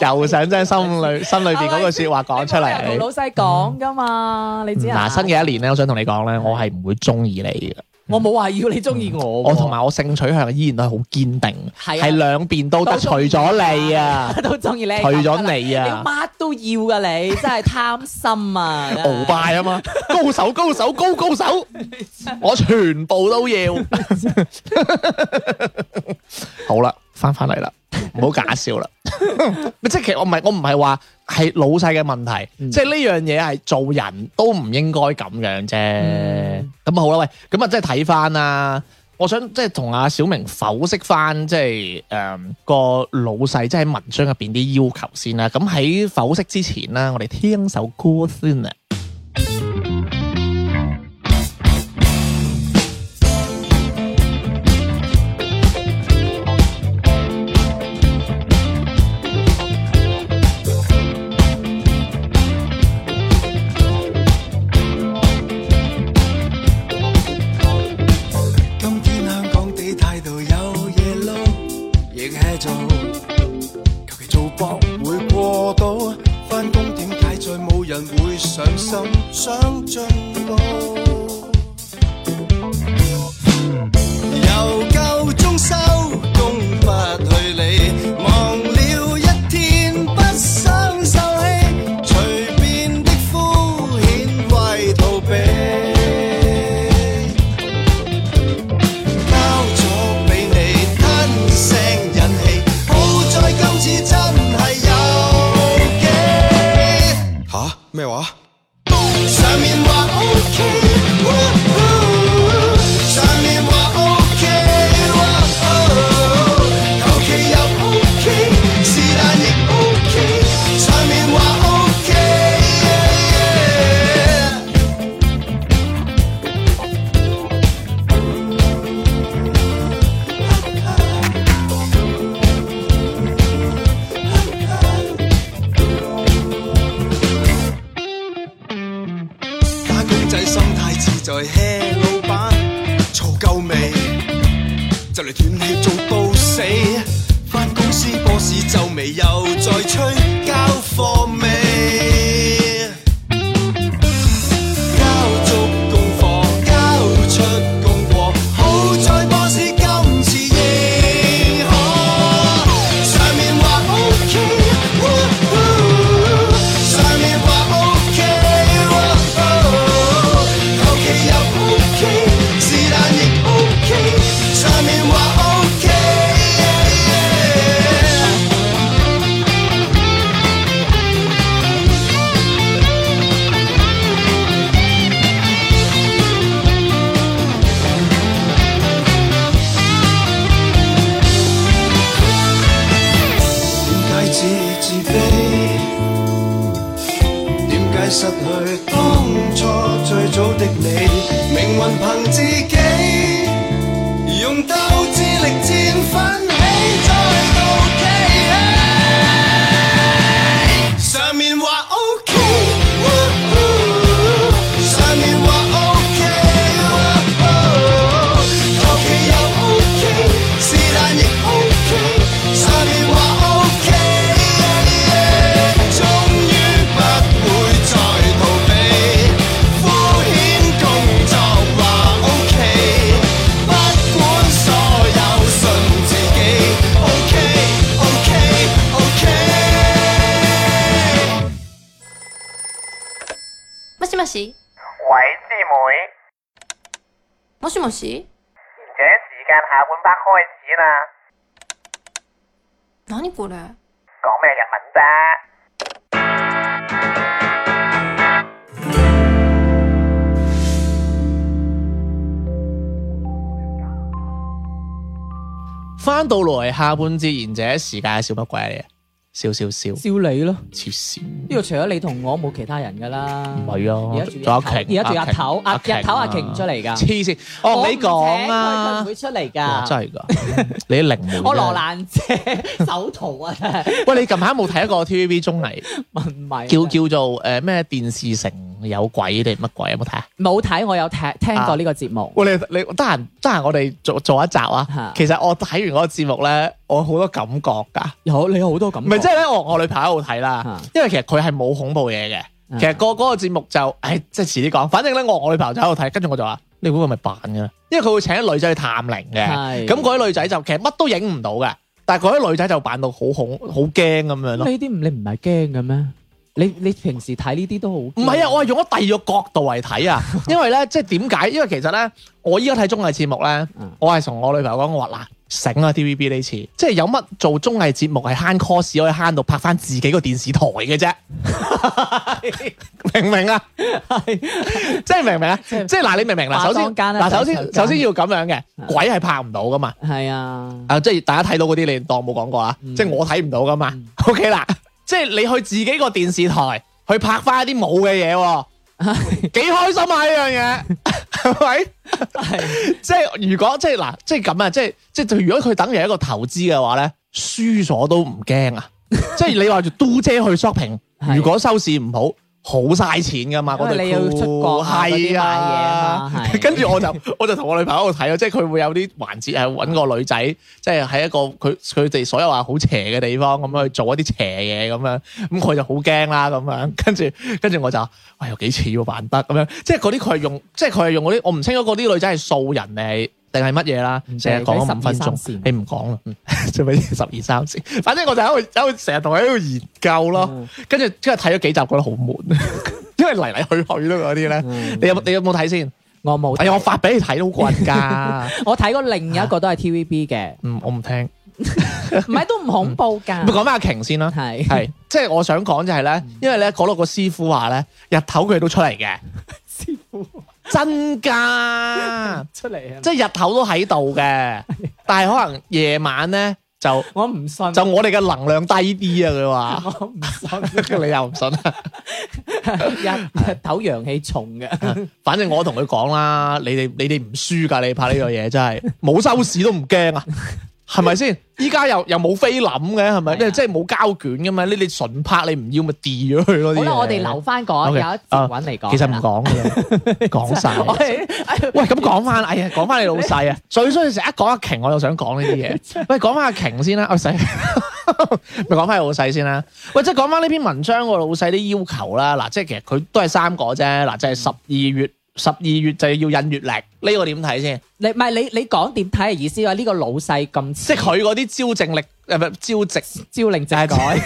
Speaker 2: 又想將心裏心裏邊嗰句説話講出
Speaker 1: 你冇理由同
Speaker 2: 嚟。
Speaker 1: 老細講噶嘛？你知啊？
Speaker 2: 嗯嗱，新嘅一年咧，我想同你講咧，我係唔會中意你嘅。
Speaker 1: 我冇話要你中意我喎，
Speaker 2: 我同埋我性取向依然都係好堅定，
Speaker 1: 係啊
Speaker 2: 係兩邊都得，除咗你啊，，
Speaker 1: 都中意你，
Speaker 2: 除咗你
Speaker 1: 你
Speaker 2: 啊，
Speaker 1: 乜都要噶你，真係貪心啊！ 真係
Speaker 2: 鳌拜啊嘛，高手高手高高 手，我全部都要。好啦，翻翻嚟啦，唔好假笑啦。 即係其實我唔係我唔係話係老細嘅問題，
Speaker 1: 嗯
Speaker 2: 即係呢樣嘢係做人都唔應該咁樣啫。咁、
Speaker 1: 嗯
Speaker 2: 好啦，喂，咁啊，即係睇翻啦。我想即係同阿小明剖析翻，即係誒個老細即係喺文章入邊啲要求先啦。咁喺剖析之前啦，我哋聽首歌先啊。
Speaker 3: 今天香港地態度有嘢撈，亦 hea 做，求其做博會過到，翻工點解再冇人會上心想進步？又夠鐘收工不去理，忙了一天不想受氣，隨便的敷衍為逃避。交咗俾你，吞聲忍氣，好在今次真係有機。吓咩話？上面話 O 哦就係 hea 老板，嘈夠未？就嚟斷氣做到死，翻公司 boss 就未又再催交貨未？交足功課，交出功課，好在 boss 今次認可。上面話 OK，哇哦上面話 OK，哇哦求其又 OK，是但亦 OK，上面話 OK。點解自自卑？點解失去當初最早的你？命運憑自己，用鬥志力戰奮起，再到企起。上面話 OK，嗚嗚上面話 OK，嗚嗚求其又 OK，是但亦 OK，上面話 OK。終於不會再逃避，敷衍工作話 OK，不管所有信自己 OK OK OK。
Speaker 4: もしもし
Speaker 5: 喂，師妹，
Speaker 4: もしも
Speaker 5: 而
Speaker 4: し
Speaker 5: 且時間下半 part 開始啦，
Speaker 4: 何こ
Speaker 5: 講
Speaker 4: れ
Speaker 5: 咩日文啫？
Speaker 2: 翻到來下半節賢者時間係笑乜鬼嚟啊？笑笑笑，
Speaker 1: 照你咯。
Speaker 2: 黐線！
Speaker 1: 呢度除咗你同我冇其他人噶啦，
Speaker 2: 唔係啊
Speaker 1: 而家仲有
Speaker 2: 仲
Speaker 1: 頭而家
Speaker 2: 有阿瓊
Speaker 1: 仲有阿頭，
Speaker 2: 阿
Speaker 1: 阿
Speaker 2: 瓊
Speaker 1: 日頭阿
Speaker 2: 啊
Speaker 1: 瓊唔出嚟
Speaker 2: 黐
Speaker 1: 噶，
Speaker 2: 線！哦，你講
Speaker 1: 我唔請佢佢唔
Speaker 2: 啊
Speaker 1: 會，出嚟
Speaker 2: 哇真
Speaker 1: 噶，
Speaker 2: 係 㗎，你啲靈媒真係
Speaker 1: 我羅蘭姐手徒啊，真係
Speaker 2: 喂，你近排有冇睇一個 TVB 綜藝，
Speaker 1: 唔係
Speaker 2: 叫叫做誒咩電視城有鬼定乜鬼有冇睇啊？
Speaker 1: 冇睇，我有聽聽過呢個節目，
Speaker 2: 喂，你你得閒得閒，我哋做做一集啊
Speaker 1: 嚇！
Speaker 2: 其實我睇完嗰個節目咧，我好多感覺㗎。
Speaker 1: 有你有好多感覺，
Speaker 2: 唔係即係咧，我我女朋友喺度睇啦
Speaker 1: 啊，
Speaker 2: 因為其實佢係冇恐怖嘢嘅。
Speaker 1: 啊
Speaker 2: 其實個嗰個節目就，唉，即係遲啲講。反正咧，我我女朋友就喺度睇，跟住我就話：你估佢咪扮嘅？因為佢會請啲女仔去探靈嘅。
Speaker 1: 係
Speaker 2: 咁嗰啲女仔就其實乜都影唔到嘅，但係嗰啲女仔就扮到好恐好驚咁樣
Speaker 1: 呢
Speaker 2: 咯。
Speaker 1: 啲唔你唔係驚嘅咩？你你平時睇呢啲都好驚，
Speaker 2: 唔係啊，我係用咗第二個角度嚟睇 啊，因為咧，即係點解？因為其實咧，我依家睇綜藝節目咧
Speaker 1: 嗯，
Speaker 2: 我係同我女朋友講，我話嗱，醒啊 TVB 呢次，即係有乜做綜藝節目係慳 cost 可以慳到拍翻自己個電視台 嘅啫，明唔明啊？即係明唔明啊？即係嗱，你明唔明嗱？
Speaker 1: 話
Speaker 2: 首先
Speaker 1: 當間啦啊
Speaker 2: 嗱，首
Speaker 1: 首
Speaker 2: 先
Speaker 1: 間
Speaker 2: 首先要咁樣嘅，
Speaker 1: 嗯
Speaker 2: 鬼係拍唔到噶嘛。
Speaker 1: 係 啊，
Speaker 2: 啊，即係大家睇到嗰啲，你當冇講過啊，
Speaker 1: 嗯
Speaker 2: 即係我睇唔到噶嘛。OK 啦，即係你去自己個電視台去拍翻一啲冇嘅嘢喎，幾開心啊呢樣嘢，係咪？即係如果即係嗱，即係咁啊，即係即係如果佢等於一個投資嘅話咧，輸咗都唔驚啊！即係你話住嘟姐去 shopping，
Speaker 1: 係
Speaker 2: 如果收市唔好。好嘥錢噶嘛，嗰對
Speaker 1: 因為你要出國啊嗰啲
Speaker 2: 係啊
Speaker 1: 買嘢啊嘛，係
Speaker 2: 跟住我就我就同我女朋友喺度睇咯，即係佢會有啲環節係揾個女仔，即係喺一個佢佢哋所有話好邪嘅地方咁樣去做一啲邪嘢咁樣，咁佢就好驚啦咁樣，跟住跟住我就喂有幾似喎扮得咁樣，即係嗰啲佢係用，即係佢係用嗰啲，我唔清楚嗰啲女仔係素人定係定係乜嘢啦
Speaker 1: 唔，知
Speaker 2: 成日講咗五分
Speaker 1: 俾十二三
Speaker 2: 鐘
Speaker 1: 線，
Speaker 2: 你唔講啦，嗯做咩十二三先？反正我就喺度喺度成日同佢喺度研究咯
Speaker 1: 嗯，
Speaker 2: 跟住之後睇咗幾集覺得好悶， 因為嚟嚟去去咯嗰啲咧，
Speaker 1: 嗯
Speaker 2: 你有冇你有冇睇先？
Speaker 1: 我冇睇，
Speaker 2: 哎呀，我發俾你睇都好過癮㗎，
Speaker 1: 我睇過另一個都係 TVB 嘅，
Speaker 2: 嗯，我唔聽。
Speaker 1: 唔係都唔恐怖㗎
Speaker 2: 咪，講翻阿瓊先啦，
Speaker 1: 係
Speaker 2: 係，即係我想講就係咧，因為咧嗰度個師傅話咧，日頭佢都出嚟嘅，
Speaker 1: 師傅
Speaker 2: 真 㗎，
Speaker 1: 出嚟啊！
Speaker 2: 即係日頭都喺度嘅，但係可能夜晚咧就
Speaker 1: 我唔信，
Speaker 2: 就我哋嘅能量低啲啊，
Speaker 1: 我唔信，
Speaker 2: 佢話，你又唔信啊？
Speaker 1: 日日頭陽氣重嘅，
Speaker 2: 反正我同佢講啦，你哋你哋唔輸㗎，你拍呢樣嘢真係冇收視都唔驚啊！係咪先？依家又又冇菲林嘅，係咪？
Speaker 1: 係啊
Speaker 2: 即係冇膠卷噶嘛？你你純拍你唔要咪掉咗佢咯。啲
Speaker 1: 好啦，
Speaker 2: 嘢
Speaker 1: 我哋留翻講
Speaker 2: OK，
Speaker 1: 有一節
Speaker 2: 啊
Speaker 1: 揾嚟講。
Speaker 2: 其實 唔講㗎啦，講晒。
Speaker 1: 我係
Speaker 2: 喂，咁講翻，哎呀，講翻你老細啊， 最衰成日一講阿瓊，我就想講呢啲 嘢。喂，講翻阿瓊先啦，我 使咪講翻老細先啦。喂，即係講翻呢篇文章個老細啲要求啦。嗱，即係其實佢都係三個啫。嗱，就係十二月，十二月就要印月曆，呢個點睇先？
Speaker 1: 你唔係你你講點睇嘅意思啊？呢個老細咁
Speaker 2: 即係佢嗰啲招正力，誒唔係招直。
Speaker 1: 招令直改，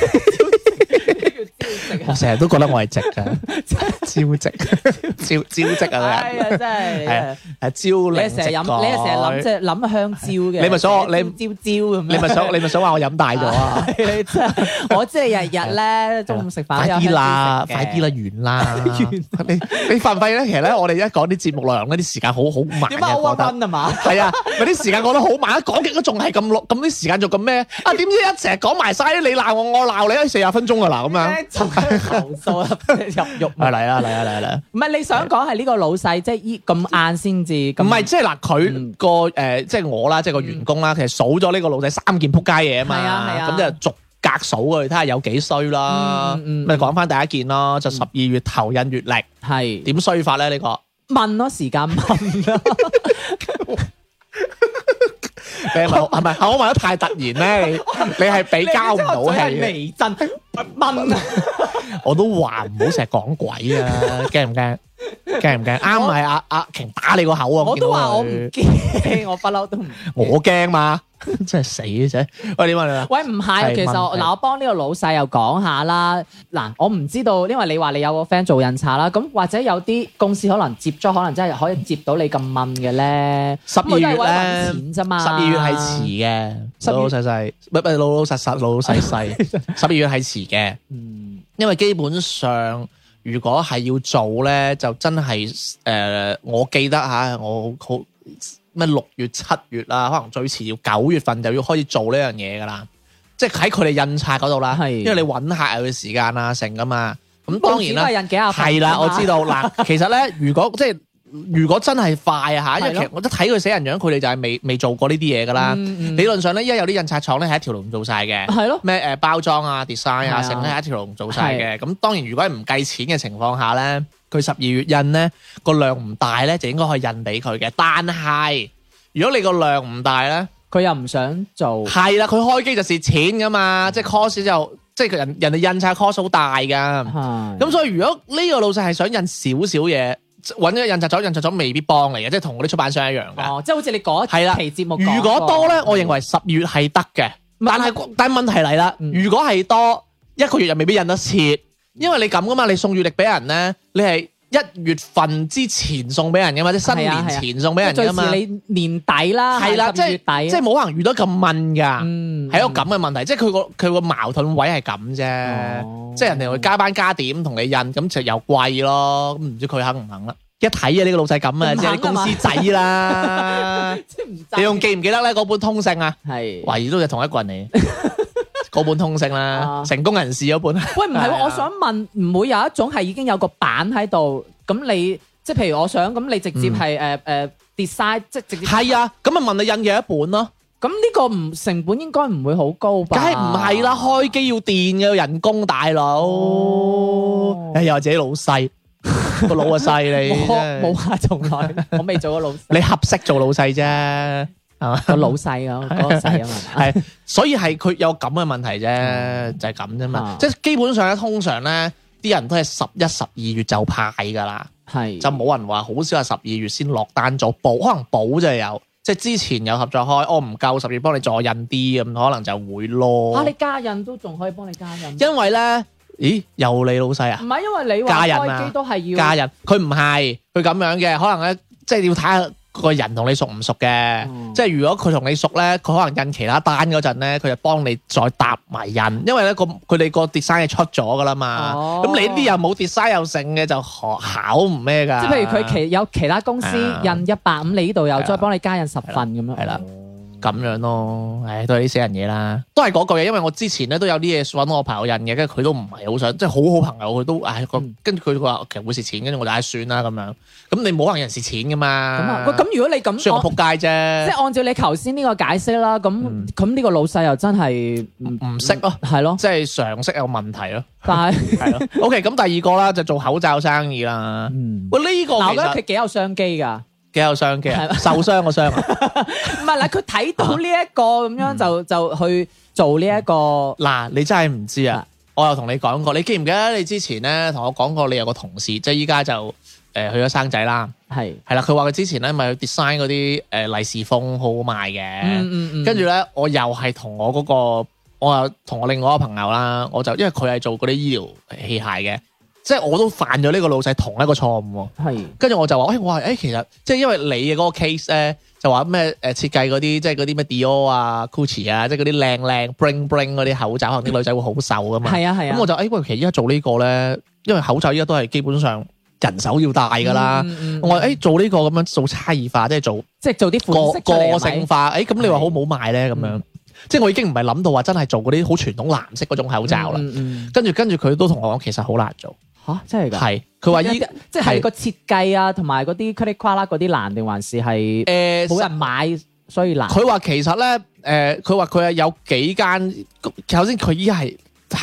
Speaker 2: 我成日都覺得我係直嘅， 招直， 招招直啊！
Speaker 1: 哎
Speaker 2: 你
Speaker 1: 呀真
Speaker 2: 係啊
Speaker 1: 係。
Speaker 2: 係招
Speaker 1: 你
Speaker 2: 令
Speaker 1: 成日飲，你成日諗即係諗香蕉嘅，
Speaker 2: 你咪想我你
Speaker 1: 招招咁樣，
Speaker 2: 你 咪想你咪想話我飲大咗啊？
Speaker 1: 你真係 我即係日日咧中午食飯
Speaker 2: 哦快啲啦，快啲啦，
Speaker 1: 啦！
Speaker 2: 完啦！你你發唔發現咧？其實咧，我哋一講啲節目內容咧，啲時間好好慢
Speaker 1: 點解我温
Speaker 2: 嘅，覺得
Speaker 1: 温啊嘛？
Speaker 2: 係啊，咪啲時間過得好慢，一講極都仲係咁耐，咁啲時間做咁咩？ 啊，點知一成日講埋晒，你鬧我，我鬧你，哎四十分鐘 噶啦咁樣。
Speaker 1: 就係投訴啦， 入獄
Speaker 2: 係嚟啦，嚟啦，嚟啦！
Speaker 1: 唔係你想講係呢個老細，即係依咁晏先至咁
Speaker 2: 唔係即係嗱，佢
Speaker 1: 嗯
Speaker 2: 個誒即係我啦，即係個員工啦，其實數咗呢個老仔三件撲街嘢啊
Speaker 1: 係啊係
Speaker 2: 嘛，
Speaker 1: 啊
Speaker 2: 咁就逐格數佢，睇下有幾衰啦。
Speaker 1: 嗯嗯嗯嗯
Speaker 2: 咪講翻第一件咯，就十二月頭印月曆
Speaker 1: 係
Speaker 2: 點衰法咧？呢個
Speaker 1: 問咯時間問咯，
Speaker 2: 你係咪係咪我 問得太突然咧？你你係俾交唔到氣
Speaker 1: 係
Speaker 2: 嘅，
Speaker 1: 微震問啊！
Speaker 2: 我都話唔好成日講鬼啊！驚唔驚？驚唔驚？啱咪啊阿阿瓊打你個 口啊！
Speaker 1: 我
Speaker 2: 見到
Speaker 1: 都話我唔
Speaker 2: 佢
Speaker 1: 驚，我不嬲都唔驚。
Speaker 2: 我驚嘛， 真係死啫！喂，點啊你啊？
Speaker 1: 喂，唔係，
Speaker 2: 係
Speaker 1: 其實我
Speaker 2: 問題
Speaker 1: 嗱，我幫呢個老細又講下啦。嗱，我唔知道，因為你話你有個 friend 做印刷啦，咁或者有啲公司可能接咗，可能真係可以接到你咁問嘅咧。
Speaker 2: 十二月
Speaker 1: 咁佢都係為咗
Speaker 2: 咧
Speaker 1: 揾。錢啫嘛。
Speaker 2: 十二月係遲嘅，
Speaker 1: 十二
Speaker 2: 老老細細，唔係唔係老老實實，老老 細細。十二月係遲嘅，
Speaker 1: 嗯，
Speaker 2: 因為基本上如果係要做咧，就真係誒、呃我記得吓，我好咩六月、七月啦，可能最遲要九月份就要開始做呢樣嘢噶啦，即係喺佢哋印刷嗰度啦，
Speaker 1: 係
Speaker 2: 因為你揾客又要時間啊，成噶嘛，咁當然啦。
Speaker 1: 啊報紙都係印幾廿份
Speaker 2: 係啦，
Speaker 1: 㗎
Speaker 2: 我
Speaker 1: 嘛
Speaker 2: 知道 嗱，其實咧，如果即係如果真係快啊嚇，因為
Speaker 1: 係
Speaker 2: 其
Speaker 1: 咯
Speaker 2: 實我都睇佢死人樣，佢哋就係未未做過呢啲嘢
Speaker 1: Ừ,
Speaker 2: 噶啦。
Speaker 1: 嗯嗯
Speaker 2: 理論上咧，依家有啲印刷廠咧係一條龍做晒嘅，
Speaker 1: 係咯，
Speaker 2: 咩誒包裝啊、design
Speaker 1: 係
Speaker 2: 啊，
Speaker 1: 啊
Speaker 2: 成咧係一條龍做晒嘅。咁當然如果係唔計錢嘅情況下咧，佢十二月印咧個量唔大咧，就應該可以印俾佢嘅。但係如果你個量唔大咧，
Speaker 1: 佢又唔想做，
Speaker 2: 係啦，佢開機就蝕錢噶嘛，即係 cost 就即係人人哋印刷 cost 好大㗎。咁
Speaker 1: 咁
Speaker 2: 所以如果呢個老細係想印少少嘢，揾咗印刷咗印刷咗未必幫你嘅，即係同嗰啲出版商一樣嘅。
Speaker 1: 哦，即係好似你
Speaker 2: 係啦
Speaker 1: 嗰一期節目講
Speaker 2: 如果多咧，
Speaker 1: 過嗯
Speaker 2: 我認為十二月係得嘅，
Speaker 1: 唔係
Speaker 2: 但係但係問題嚟啦，
Speaker 1: 嗯
Speaker 2: 如果係多一個月又未必印得切，因為你咁噶嘛，你送月曆俾人咧，你係一月份之前送俾人噶嘛，即係新
Speaker 1: 係啊
Speaker 2: 年
Speaker 1: 係啊
Speaker 2: 前送俾人
Speaker 1: 最
Speaker 2: 噶嘛，
Speaker 1: 遲你年底啦，
Speaker 2: 係啦，
Speaker 1: 十
Speaker 2: 即
Speaker 1: 二月
Speaker 2: 係
Speaker 1: 底，
Speaker 2: 即係冇可能遇到咁問㗎。
Speaker 1: 嗯
Speaker 2: 係一個咁嘅問題，即係佢個佢個矛盾位係咁啫，
Speaker 1: 哦
Speaker 2: 即係人哋會加班加點同你印，咁就又貴咯，咁唔知佢肯唔肯啦？一睇啊，呢個老細咁啊，
Speaker 1: 唔肯啊。
Speaker 2: 即係啲公司仔啦
Speaker 1: 即係唔制
Speaker 2: 你仲記唔記得咧？嗰本通勝啊，
Speaker 1: 係
Speaker 2: 懷疑都係同一個人 嚟。嗰本通勝啦，
Speaker 1: 啊
Speaker 2: 成功人士 嗰本。
Speaker 1: 喂，唔係
Speaker 2: 係啊
Speaker 1: 喎，我想問，唔會有一種係已經有個版喺度，咁你即係譬如我想，咁你直接係誒誒 design，即係直接
Speaker 2: 嗯係啊，咁咪問你印嘅一本咯，
Speaker 1: 咁呢個唔成本應該唔會好高吧？
Speaker 2: 梗係唔係啦？開機要電嘅人工大佬，
Speaker 1: 哦
Speaker 2: 哎呀，自己老 細個腦啊細你真
Speaker 1: 我
Speaker 2: 係，
Speaker 1: 冇啊，從來我 未做過老
Speaker 2: 你合適做老細啫， 係嘛？
Speaker 1: 個老細啊，嗰個細啊嘛，
Speaker 2: 係，所以係佢有咁嘅問題啫，就係咁啫嘛
Speaker 1: 啊。
Speaker 2: 即係基本上咧，通常咧啲人都係十一、十二月就派㗎啦，
Speaker 1: 係
Speaker 2: 就冇人話好少係十二月先落單咗補，可能補就有，即係之前有合作開，哦唔夠十二月幫你再印啲咁，可能就會
Speaker 1: 啊，
Speaker 2: 咯
Speaker 1: 你。加印都仲可以幫你加印，
Speaker 2: 因為咧，咦又你老細啊
Speaker 1: 唔？係因為你話
Speaker 2: 加印啊
Speaker 1: 開機都係要
Speaker 2: 家人，佢唔係佢咁樣嘅，可能咧即係要睇下個人同你熟唔熟嘅。
Speaker 1: 嗯
Speaker 2: 即係如果佢同你熟咧，佢可能印其他單嗰陣咧，佢就幫你再搭埋印，因為咧個佢哋個 design 係出咗噶啦嘛。
Speaker 1: 哦
Speaker 2: 咁、你呢啲又冇 design 又剩嘅，就考考唔咩㗎？
Speaker 1: 即係譬如佢其有其他公司
Speaker 2: 係啊
Speaker 1: 印一百五，你呢度又
Speaker 2: 係啊
Speaker 1: 再幫你加印十份咁樣，
Speaker 2: 係啦咁樣咯，唉，都係啲死人嘢啦，都係嗰句嘢，因為我之前咧都有啲嘢揾我朋友印嘅，跟住佢都唔係好想，即係好好朋友，佢都唉，個
Speaker 1: 嗯
Speaker 2: 跟住佢話其實會蝕錢，跟住我就唉算啦咁樣，咁你冇可能有人蝕錢噶
Speaker 1: 咁啊
Speaker 2: 嘛，，
Speaker 1: 喂咁如果你咁
Speaker 2: 雖然我
Speaker 1: 講，
Speaker 2: 撲街
Speaker 1: 即
Speaker 2: 啫，
Speaker 1: 係按照你頭先呢個解釋啦，
Speaker 2: 嗯
Speaker 1: 咁咁呢個老細又真係唔
Speaker 2: 唔識咯，
Speaker 1: 係 咯，
Speaker 2: 即係常識有問題咯，
Speaker 1: 但係
Speaker 2: 係咯 ，OK，咁第二個啦就做口罩生意啦，
Speaker 1: 嗯，
Speaker 2: 喂呢個
Speaker 1: 嗱，我覺
Speaker 2: 其
Speaker 1: 得
Speaker 2: 實
Speaker 1: 佢幾有商機㗎。
Speaker 2: 幾有商機
Speaker 1: 係
Speaker 2: 啊，
Speaker 1: 嘛
Speaker 2: 受傷個傷啊。
Speaker 1: 唔係啦，佢睇到呢一個咁樣就就去做呢一個
Speaker 2: 嗱，你真係唔知啊
Speaker 1: 啊！
Speaker 2: 我又同你講過，你記唔記得你之前咧同我講過，你有個同事，即係依家就誒、呃去咗生仔啦，
Speaker 1: 係，
Speaker 2: 係啦，佢話佢之前咧咪去 design 嗰啲誒利是封好好賣嘅，
Speaker 1: 嗯嗯
Speaker 2: 跟住咧我又係同我嗰、個，我又同我另外一個朋友啦，我就因為佢係做嗰啲醫療器械嘅，即係我都犯咗呢個老細同一個錯誤喎。
Speaker 1: 係
Speaker 2: 跟住我就話，誒、我話誒、其實即係因為你嘅嗰個 case 咧，就話咩誒設計嗰啲，即係嗰啲咩 Dior 啊、Gucci 啊，即係嗰啲靚靚 bling bling 嗰啲口罩，可能啲女仔會好瘦噶嘛。
Speaker 1: 係啊係啊，
Speaker 2: 咁我就誒、哎喂，其實依家做呢個咧，因為口罩依家都係基本上人手要戴㗎啦。
Speaker 1: 嗯，嗯嗯
Speaker 2: 我話誒、哎做呢個咁樣做差異化，即係做
Speaker 1: 即係做啲款
Speaker 2: 個
Speaker 1: 式出嚟
Speaker 2: 個
Speaker 1: 係咪
Speaker 2: 性化。誒、咁你話好唔好賣咧？咁樣
Speaker 1: 嗯
Speaker 2: 即係我已經唔係諗到話真係做嗰啲好傳統藍色嗰種口罩啦。
Speaker 1: 嗯嗯嗯
Speaker 2: 跟住跟住佢都同我講，其實好難做。
Speaker 1: 吓真係㗎。
Speaker 2: 係佢話依
Speaker 1: 即即係個設計啊，同埋嗰啲 credit 啦嗰啲難定還是係
Speaker 2: 誒
Speaker 1: 冇人買，所以難。
Speaker 2: 佢話其實咧，誒、佢話佢係有幾間，首先佢依家係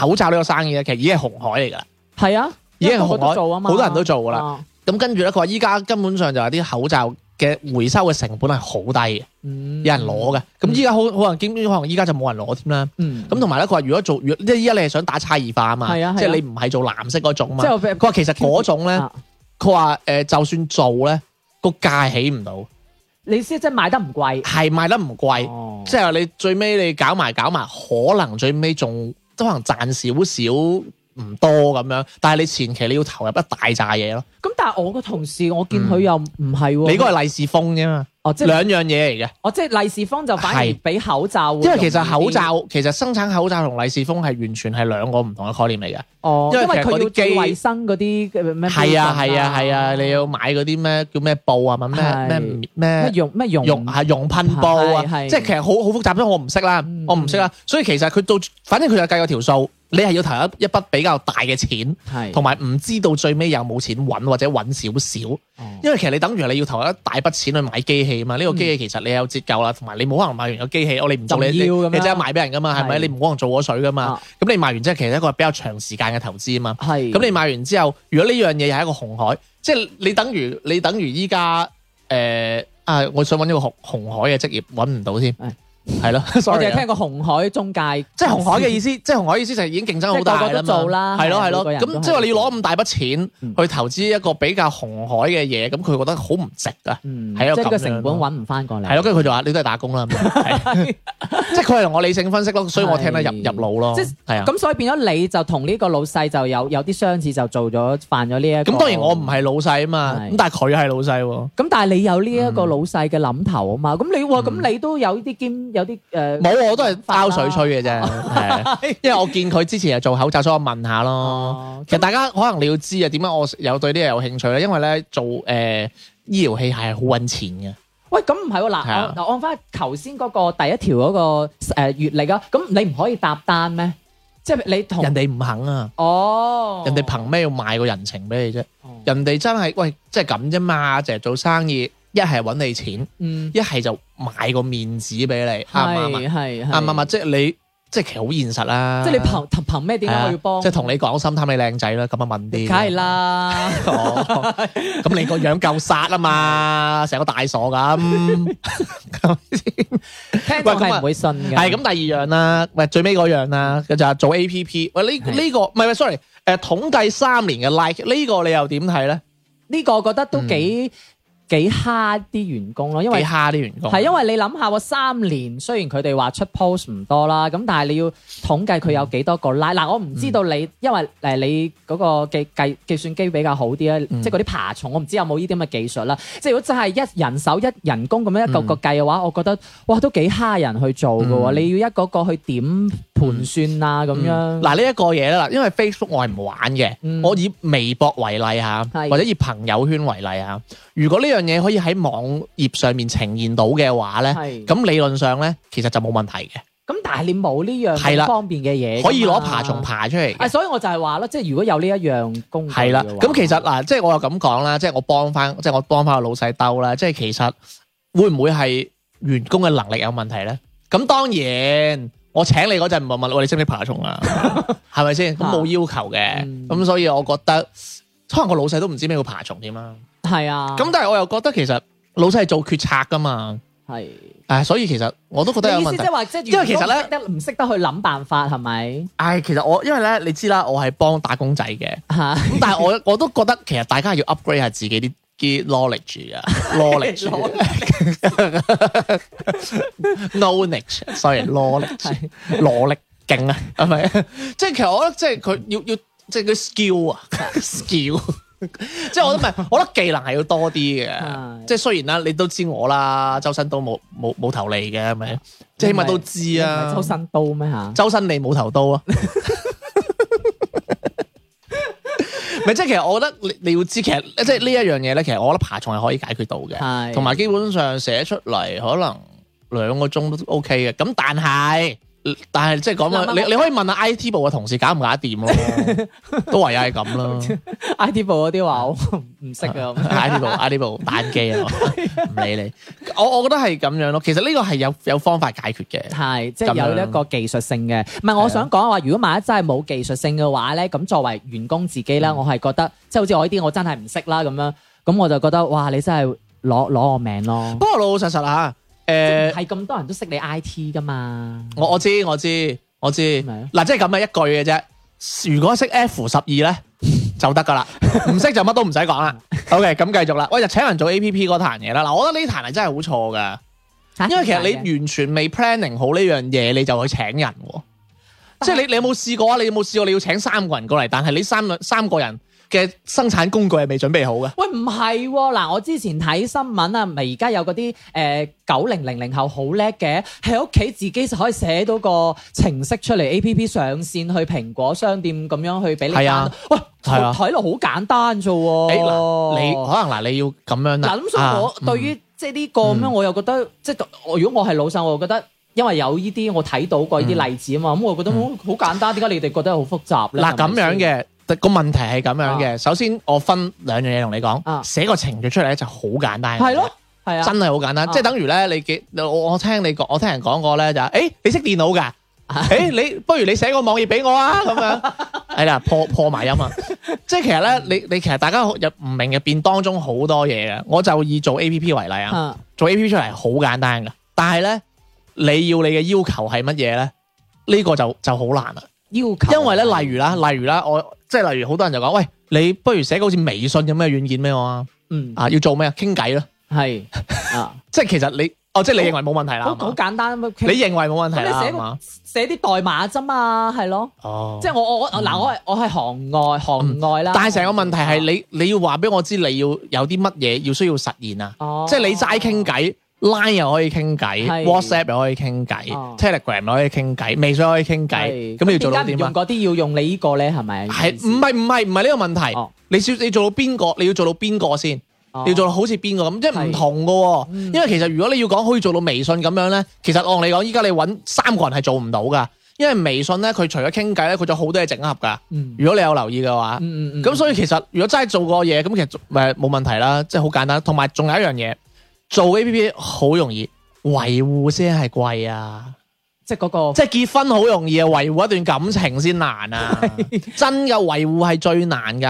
Speaker 2: 口罩呢個生意咧，其實已經係紅海嚟㗎啦，
Speaker 1: 係啊，
Speaker 2: 已經係
Speaker 1: 因為個個
Speaker 2: 紅
Speaker 1: 都
Speaker 2: 海，
Speaker 1: 做啊嘛，
Speaker 2: 好多人都做㗎啦。
Speaker 1: 啊。
Speaker 2: 咁跟住咧，佢話依家根本上就係啲口罩嘅回收嘅成本係好低嘅，
Speaker 1: 嗯
Speaker 2: 有人攞嘅。咁依家好可能基本可能依家就冇人攞添啦。
Speaker 1: 嗯
Speaker 2: 咁同埋咧，佢話如果做，如果即係依家你係想打差異化啊嘛，
Speaker 1: 係啊係啊
Speaker 2: 即係你唔係做藍色嗰種嘛
Speaker 1: 即。係我俾
Speaker 2: 佢話其實嗰種咧，
Speaker 1: 啊
Speaker 2: 佢話誒就算做咧，個價起唔到，
Speaker 1: 你先即係賣得唔貴，
Speaker 2: 係賣得唔貴。
Speaker 1: 哦
Speaker 2: 即係你最尾你搞埋搞埋，可能最尾仲都可能賺少少唔多咁樣，但係你前期你要投入一大扎嘢咯。
Speaker 1: 咁但係我個同事我見佢又唔係喎，
Speaker 2: 嗯你嗰個係利是封啫嘛，
Speaker 1: 哦即係
Speaker 2: 兩樣嘢嚟嘅。
Speaker 1: 哦即係利是坊就反而
Speaker 2: 係
Speaker 1: 比口罩會
Speaker 2: 因為其實
Speaker 1: 容易啲
Speaker 2: 口罩其實生產口罩同利是封係完全係兩個唔同嘅概念嚟嘅。
Speaker 1: 哦，
Speaker 2: 因
Speaker 1: 因
Speaker 2: 為
Speaker 1: 為
Speaker 2: 其實
Speaker 1: 佢
Speaker 2: 嗰
Speaker 1: 要
Speaker 2: 啲機
Speaker 1: 做衞生嗰啲咩
Speaker 2: 係
Speaker 1: 標準
Speaker 2: 啊係啊係啊，你要買嗰啲咩叫咩布啊，咪
Speaker 1: 係
Speaker 2: 咩咩咩
Speaker 1: 咩用咩用
Speaker 2: 用係用噴布啊，
Speaker 1: 係係
Speaker 2: 即係其實好好複雜，因為我唔識啦
Speaker 1: 嗯，
Speaker 2: 我唔識啦，所以其實佢到反正佢就計咗條數，你係要投入一筆比較大嘅錢。
Speaker 1: 係
Speaker 2: 同埋唔知道最尾有冇錢揾或者揾少少，
Speaker 1: 哦
Speaker 2: 因為其實你等於你要投入一大筆錢去買機器嘛，呢、個機器其實你有折舊啦，同埋你冇可能買完個機器，我你唔做你
Speaker 1: 就
Speaker 2: 你
Speaker 1: 嗯唔要咁樣
Speaker 2: 你即刻賣俾人噶嘛，係咪？
Speaker 1: 係
Speaker 2: 你唔可能做嗰水噶嘛
Speaker 1: 啊，
Speaker 2: 咁你賣完之後其實一個比較長時間嘅投資啊嘛，
Speaker 1: 係
Speaker 2: 咁你賣完之後，如果呢樣嘢又係一個紅海，即係你等於你等於依家誒啊，我想揾一個紅紅海嘅職業揾唔到添
Speaker 1: 係，
Speaker 2: 係咯
Speaker 1: 我
Speaker 2: ，sorry
Speaker 1: 哋
Speaker 2: 啊。
Speaker 1: 聽過紅海中介，
Speaker 2: 即係紅海嘅意思，即係紅海意思就係已經競爭好大
Speaker 1: 即
Speaker 2: 啦
Speaker 1: 係個個都
Speaker 2: 嘛，
Speaker 1: 做啦
Speaker 2: 係咯係
Speaker 1: 係啊
Speaker 2: 咯，
Speaker 1: 每個人都
Speaker 2: 咁
Speaker 1: 係
Speaker 2: 即係話你要攞咁大筆錢
Speaker 1: 嗯
Speaker 2: 去投資一個比較紅海嘅嘢，咁佢覺得好唔值啊，
Speaker 1: 嗯，
Speaker 2: 係啊
Speaker 1: 即係個
Speaker 2: 咁樣
Speaker 1: 成本揾唔翻過嚟，
Speaker 2: 係咯，啊跟住佢就話你都係打工啦，咁 樣係即係佢係同我理性分析咯，所以我聽得入入
Speaker 1: 係
Speaker 2: 腦咯，
Speaker 1: 即係
Speaker 2: 係啊。
Speaker 1: 咁所以變咗你就同呢個老細就有有啲相似，就做咗犯咗呢一個。
Speaker 2: 咁當然我唔，係老細啊嘛，
Speaker 1: 係
Speaker 2: 咁但係佢係老細喎，
Speaker 1: 咁但係你有呢一個老細嘅諗頭啊嘛，咁你哇咁你都有啲兼有啲誒，
Speaker 2: 冇我都係包水吹嘅啫，係 因為我見佢之前係做口罩，所以我問下咯。
Speaker 1: 哦
Speaker 2: 其實大家可能你要知啊，點解我有對呢啲嘢有興趣咧？因為咧做誒醫療器械係好揾錢嘅。
Speaker 1: 喂，咁唔係喎，嗱，
Speaker 2: 係啊
Speaker 1: 按嗱按翻頭先嗰個第一條嗰個誒月曆啊，咁你唔可以搭單咩？即係你同
Speaker 2: 人哋唔肯啊，
Speaker 1: 哦，
Speaker 2: 人哋憑咩要賣個人情俾你啫？
Speaker 1: 哦
Speaker 2: 人哋真係喂，即係咁啫嘛，就係做生意，一係揾你錢，
Speaker 1: 嗯
Speaker 2: 一係就賣個面子俾你，啱唔
Speaker 1: 係
Speaker 2: 啱
Speaker 1: 係係
Speaker 2: 啊？啱唔啱啊？即係你，即係其實好現實啦。
Speaker 1: 即係你憑憑憑咩點解我要
Speaker 2: 係
Speaker 1: 幫？
Speaker 2: 啊即係同你講心貪你靚仔啦，咁啊問啲。
Speaker 1: 梗係。啦。
Speaker 2: 哦，咁你個樣夠殺啊嘛，成個大傻 咁。
Speaker 1: 聽眾係唔會信嘅。
Speaker 2: 係咁，第二樣啦，喂，最尾嗰樣啦，就係做 A P P。喂，呢
Speaker 1: 係
Speaker 2: 呢個唔係唔係，sorry，誒統計三年嘅 like 呢個你又點睇咧？
Speaker 1: 呢個覺得都幾幾蝦啲員工咯，因
Speaker 2: 嗯幾
Speaker 1: 為
Speaker 2: 蝦啲員工。
Speaker 1: 係因為你諗下喎，三年雖然佢哋話出 post 唔多啦，咁但係你要統計佢有幾多個 like。嗱，我唔
Speaker 2: 嗯
Speaker 1: 知道你，因為誒你嗰個計計計算機比較好啲咧，
Speaker 2: 嗯
Speaker 1: 即係嗰啲爬蟲，我唔知有冇呢啲咁嘅技術啦。即係如果真係一人手一人工咁樣一個個計嘅話，我覺得哇都幾蝦人去做嘅喎。
Speaker 2: 嗯
Speaker 1: 你要一個個去點盤算啊咁樣。
Speaker 2: 嗯嗱呢一個嘢啦，因為 Facebook 我係唔玩嘅，
Speaker 1: 嗯
Speaker 2: 我以微博為例嚇，
Speaker 1: 係
Speaker 2: 或者以朋友圈為例嚇。如果呢樣樣嘢可以喺網頁上面呈現到嘅話咧，
Speaker 1: 係
Speaker 2: 咁理論上咧其實就冇問題嘅，
Speaker 1: 咁但係你冇呢樣
Speaker 2: 係啦
Speaker 1: 咁啊方便嘅嘢㗎嘛，
Speaker 2: 可以攞爬蟲爬出嚟嘅
Speaker 1: 啊，。所以我就係話咯，即係如果有呢一樣工具
Speaker 2: 係啦，
Speaker 1: 嘅話
Speaker 2: 咁其實嗱，即係我又咁講啦，即係我幫翻，即係我幫翻個老細兜啦，即係其實會唔會係員工嘅能力有問題咧？咁當然，我請你嗰陣唔係問我你識唔識爬蟲 啊，係咪先？咁冇要求嘅，
Speaker 1: 嗯
Speaker 2: 咁、所以我覺得可能個老細都唔知咩叫爬蟲添啦。
Speaker 1: 係啊，
Speaker 2: 咁但係我又覺得其實老細係做決策噶嘛，
Speaker 1: 係
Speaker 2: 唉，所以其實我都覺得有
Speaker 1: 你意
Speaker 2: 問
Speaker 1: 思
Speaker 2: 題
Speaker 1: 即係。話即係
Speaker 2: 因為其實呢
Speaker 1: 員工唔識得唔識得去諗辦法係咪
Speaker 2: 唉，其實我因為咧，你知啦，我係幫打工仔嘅。
Speaker 1: 嚇？
Speaker 2: 咁 但係啊我我都覺得其實大家係要 upgrade 下自己啲啲 knowledge 啊 ，knowledge
Speaker 1: 攞
Speaker 2: knowledge，sorry knowledge，攞力勁啊，係咪？即係其實我覺得即係佢要要即係佢 skill 啊 skill。即係我覺得唔係，我覺得技能係要多啲嘅。
Speaker 1: 係啊
Speaker 2: 即係雖然啦，你都知我啦，周身都冇冇冇頭利嘅，係咪？即係起碼都知
Speaker 1: 唔
Speaker 2: 啊
Speaker 1: 係。周身刀咩嚇？
Speaker 2: 周身利冇頭刀 啊！咪即係其實我覺得你你要知，其實即係呢一樣嘢咧，其實我覺得爬蟲係可以解決到嘅，
Speaker 1: 係
Speaker 2: 同埋基本上寫出嚟可能兩個鐘都 OK 嘅。咁但係但係即係講啊，
Speaker 1: 嗱
Speaker 2: 你你可以問下 IT 部嘅同事搞唔搞得 掂咯，都唯有係咁啦。
Speaker 1: I T 部嗰啲話我唔識啊，
Speaker 2: I T 部 I T 部單機 啊，唔理你。我我覺得係咁樣咯。其實呢個係有有方法解決嘅。
Speaker 1: 係即係
Speaker 2: 咁樣啊
Speaker 1: 有一個技術性嘅。唔係，我想講話，如果萬一真係冇技術性嘅話咧，咁作為員工自己啦，
Speaker 2: 嗯
Speaker 1: 我係覺得即係好似我呢啲我真係唔識啦咁樣，咁我就覺得哇，你真係攞攞我命咯
Speaker 2: 不。過老老實實啊，誒。
Speaker 1: 係咁多人都識你 I T 噶嘛？
Speaker 2: 我我知我知我知，
Speaker 1: 咪啊
Speaker 2: 嗱即係咁嘅一句嘅啫。如果識 F 十二咧 就得噶啦，唔識就乜都唔使 講啦。OK，咁繼續啦。我就請人做 A P P 嗰壇嘢啦。嗱，我覺得呢壇係真係好 錯噶，因為其實你完全未 planning 好呢樣嘢，你就去請人 喎。即係你你有冇試過啊？你有冇試過你要請三個人過嚟，但係你三個三個人嘅生產工具係未準備好嘅？
Speaker 1: 喂，唔係喎，嗱，我之前睇新聞啊，咪而家有嗰啲誒九零零零後好叻嘅，喺屋企自己就可以寫到個程式出嚟，A P P 上線去蘋果商店咁樣去俾你
Speaker 2: 係啊
Speaker 1: download 喂，
Speaker 2: 係啊
Speaker 1: 睇落好簡單啫
Speaker 2: 誒
Speaker 1: 喎。
Speaker 2: 嗱、你啊嗯可能嗱你要咁樣啦。
Speaker 1: 嗱咁，所以我對
Speaker 2: 於
Speaker 1: 於即係呢個
Speaker 2: 嗯
Speaker 1: 咁樣，我又覺得即係我如果我係老細，我又覺得。因為有呢啲我睇到過呢
Speaker 2: 嗯
Speaker 1: 啲例子啊嘛，咁我覺得好好簡單，點解你哋覺得好複雜咧？
Speaker 2: 嗱
Speaker 1: 係
Speaker 2: 咁
Speaker 1: 咪
Speaker 2: 樣
Speaker 1: 先
Speaker 2: 嘅，個問題係咁樣嘅。首先，我分兩樣嘢同你講，
Speaker 1: 啊
Speaker 2: 寫個程序出嚟咧就好簡單，
Speaker 1: 係咯，，係啊，
Speaker 2: 真係好簡單。
Speaker 1: 啊
Speaker 2: 即係等於咧，你幾我我聽你講，我聽人講過咧就係，誒你識電腦㗎？
Speaker 1: 啊
Speaker 2: 誒你不如你寫個網頁俾我啊咁 樣。係啦，破破埋音啊！即係其實咧，你你其實大家入唔明入邊當中好多嘢嘅。我就以做 A P P 為例啊，
Speaker 1: 啊
Speaker 2: 做 A P P 出嚟好簡單㗎，但係咧你要你嘅要求係乜嘢咧？呢個就就好難啦。
Speaker 1: 要求，啊
Speaker 2: 因為咧，例如啦，例如啦，我即係例如好多人就講，喂，你不如寫個好似微信咁嘅軟件俾我啊，
Speaker 1: 嗯
Speaker 2: 啊，要做咩啊？傾偈啦，
Speaker 1: 係啊。
Speaker 2: 即係其實你，哦，即係你認為冇問題啦，
Speaker 1: 好
Speaker 2: 係嘛
Speaker 1: 好簡單啊咁
Speaker 2: 你
Speaker 1: 樣。
Speaker 2: 認為冇問題
Speaker 1: 咁你
Speaker 2: 啦，
Speaker 1: 寫
Speaker 2: 係
Speaker 1: 個
Speaker 2: 嘛？
Speaker 1: 寫啲代碼啫嘛，係咯。
Speaker 2: 哦，
Speaker 1: 即係我我我嗱，我係我係行外行外啦。
Speaker 2: 但係成個問題係
Speaker 1: 啊
Speaker 2: 你，你要話俾我知你要有啲乜嘢要需要實現啊，
Speaker 1: 哦，
Speaker 2: 即係你齋傾偈。Line 又可以傾偈
Speaker 1: 係
Speaker 2: ，WhatsApp 又可以傾偈
Speaker 1: 哦
Speaker 2: ，Telegram 又可以傾偈，微信又可以傾偈，
Speaker 1: 係。
Speaker 2: 咁你要做到
Speaker 1: 點
Speaker 2: 點
Speaker 1: 解唔
Speaker 2: 啊
Speaker 1: 用？嗰啲要用你呢個咧？係咪？
Speaker 2: 係嗯唔係唔係唔係呢個問題？
Speaker 1: 哦
Speaker 2: 你要你做到邊個？你要做到邊個先？
Speaker 1: 哦
Speaker 2: 你要做到好似邊個咁，即係唔同嘅喎。
Speaker 1: 嗯
Speaker 2: 因為其實如果你要講可以做到微信咁樣咧，其實按你講，依家你揾三個人係做唔到噶，因為微信咧佢除咗傾偈咧，佢仲有好多嘢整合噶。
Speaker 1: 嗯
Speaker 2: 如果你有留意嘅話，
Speaker 1: 嗯嗯嗯
Speaker 2: 咁、所以其實如果真係做過嘢，咁其實誒冇問題啦，即係好簡單。同埋仲有一樣嘢，做 A P P 好容易，維護先係貴啊。
Speaker 1: 即係嗰個
Speaker 2: 即係結婚好容易啊，維護一段感情先 難啊！真嘅維護係最難㗎，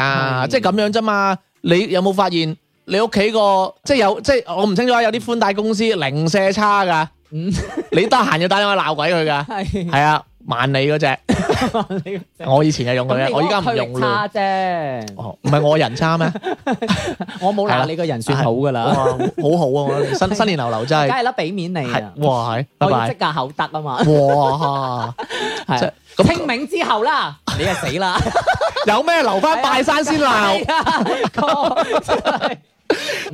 Speaker 1: 係
Speaker 2: 即係咁樣啫嘛。你有冇發現你屋企個即係有即係我唔清楚啊，有啲寬帶公司零舍差㗎，
Speaker 1: 嗯
Speaker 2: 你得閒就打電話鬧鬼 佢㗎。
Speaker 1: 係
Speaker 2: 係啊，萬里嗰只，
Speaker 1: 你
Speaker 2: 我以前係用佢
Speaker 1: 咁
Speaker 2: 嘅，
Speaker 1: 你
Speaker 2: 我依家唔
Speaker 1: 嗰個區
Speaker 2: 用
Speaker 1: 域差。
Speaker 2: 啦
Speaker 1: 啫，
Speaker 2: 哦，唔係我人差咩？
Speaker 1: 我冇
Speaker 2: 係啦
Speaker 1: 鬧你個人 算好㗎
Speaker 2: 哇，
Speaker 1: 啦，
Speaker 2: 好好啊！我哋新新年流流真
Speaker 1: 梗
Speaker 2: 係
Speaker 1: 係啦，俾面你啊
Speaker 2: 係，哇係，拜
Speaker 1: 我要即
Speaker 2: 拜
Speaker 1: 刻口德啊 嘛，
Speaker 2: 哇！
Speaker 1: 係
Speaker 2: 即係咁
Speaker 1: 清明之後啦，你就死啦，
Speaker 2: 有咩留翻 拜山先鬧？
Speaker 1: 係啊個真係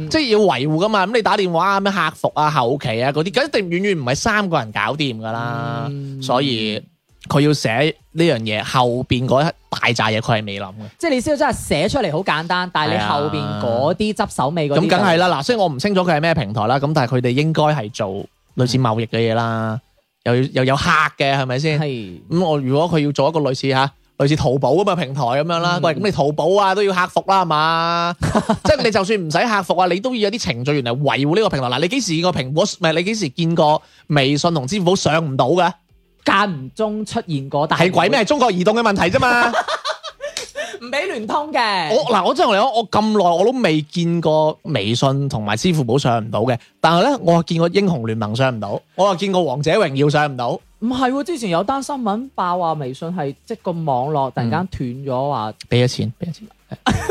Speaker 2: 即係要維護噶嘛，咁你打電話啊咩客服啊、後期啊嗰啲，咁一定遠遠唔係三個人搞掂噶啦。
Speaker 1: 嗯
Speaker 2: 所以佢要寫呢樣嘢後邊嗰一大扎嘢，佢係未諗嘅。
Speaker 1: 即係你意思真係寫出嚟好簡單，但係你
Speaker 2: 係啊
Speaker 1: 後邊嗰啲執手尾嗰啲
Speaker 2: 咁
Speaker 1: 就，
Speaker 2: 梗係啦，嗱，雖然我唔清楚佢係咩平台啦，咁但係佢哋應該係做類似貿易嘅嘢啦，又要又有客嘅，係咪先？
Speaker 1: 係
Speaker 2: 咁我如果佢要做一個類似吓類似淘寶咁嘅平台咁樣啦，喂，咁你淘寶啊都要客服啦，係 嘛？即係你就算唔使客服啊，你都要有啲程序員嚟維護呢個平台。嗱，你幾時見過蘋果？唔係你幾時見過微信同支付寶上唔到嘅？
Speaker 1: 間唔中出現過，但
Speaker 2: 係鬼咩？係中國移動嘅問題啫 嘛！
Speaker 1: 唔俾聯通嘅。
Speaker 2: 我嗱，我真係同你講，我咁耐我都未見過微信同埋支付寶上唔到嘅，但係咧，我又見過英雄聯盟上唔到，我又見過王者榮耀上唔到。
Speaker 1: 唔係喎，之前有單新聞爆話微信係即係個網絡突然間斷咗，話
Speaker 2: 俾咗錢，俾咗錢。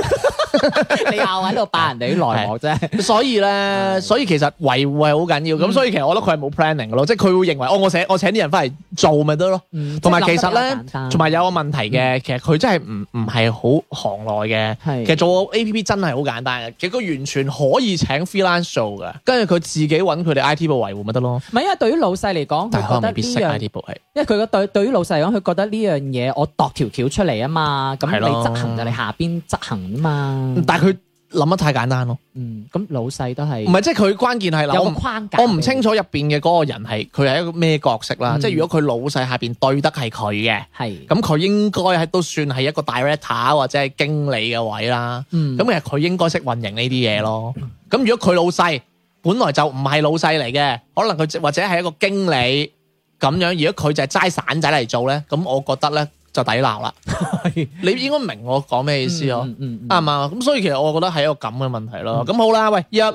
Speaker 1: 你又喺度扮人哋啲內幕啫。
Speaker 2: 所以咧，
Speaker 1: 嗯
Speaker 2: 所以其實維護係好緊要。咁所以其實我覺得佢係冇 planning 嘅咯，即係佢會認為哦，我請我請啲人翻嚟做咪得咯。
Speaker 1: 嗯
Speaker 2: 同埋
Speaker 1: 即係
Speaker 2: 其實
Speaker 1: 諗得
Speaker 2: 咧
Speaker 1: 比較簡單，嗯
Speaker 2: 同埋有個問題嘅，其實佢真係唔唔係好行內嘅。
Speaker 1: 係
Speaker 2: 其實做 A P P 真係好簡單嘅，其實佢完全可以請 freelance 做嘅，跟住佢自己揾佢哋 I T 部維護咪得咯。
Speaker 1: 唔係因為對於老細嚟講，
Speaker 2: 但係可
Speaker 1: 佢
Speaker 2: 能未必
Speaker 1: 覺
Speaker 2: 識
Speaker 1: 得呢
Speaker 2: I
Speaker 1: 樣，嗯
Speaker 2: T 部係。
Speaker 1: 因為佢個對對於老細嚟講，佢覺得呢樣嘢我度條橋出嚟啊嘛，咁
Speaker 2: 係
Speaker 1: 你
Speaker 2: 咯
Speaker 1: 執行就你下邊執行啊嘛。
Speaker 2: 但係佢諗得太簡單咯，
Speaker 1: 嗯，咁老細都係
Speaker 2: 唔係即係佢關鍵係嗱，
Speaker 1: 嗯有
Speaker 2: 我
Speaker 1: 個
Speaker 2: 唔
Speaker 1: 框架。
Speaker 2: 我唔清，楚入邊嘅嗰個人係佢係一個咩角色啦，
Speaker 1: 嗯
Speaker 2: 即係如果佢老細下邊對得係佢嘅，
Speaker 1: 係
Speaker 2: 咁佢應該係都算係一個 director 或者係經理嘅位啦。
Speaker 1: 嗯
Speaker 2: 咁其實佢應該識運營呢啲嘢咯。咁如果佢老細本來就唔係老細嚟嘅，可能佢或者係一個經理咁樣，如果佢就係齋散仔嚟做咧，咁我覺得咧就抵鬧啦。你應該明我講咩意思咯？
Speaker 1: 嗯嗯嗯
Speaker 2: 啱唔啱啊？咁所以其實我覺得係一個咁嘅問題咯。咁、好啦，喂，依家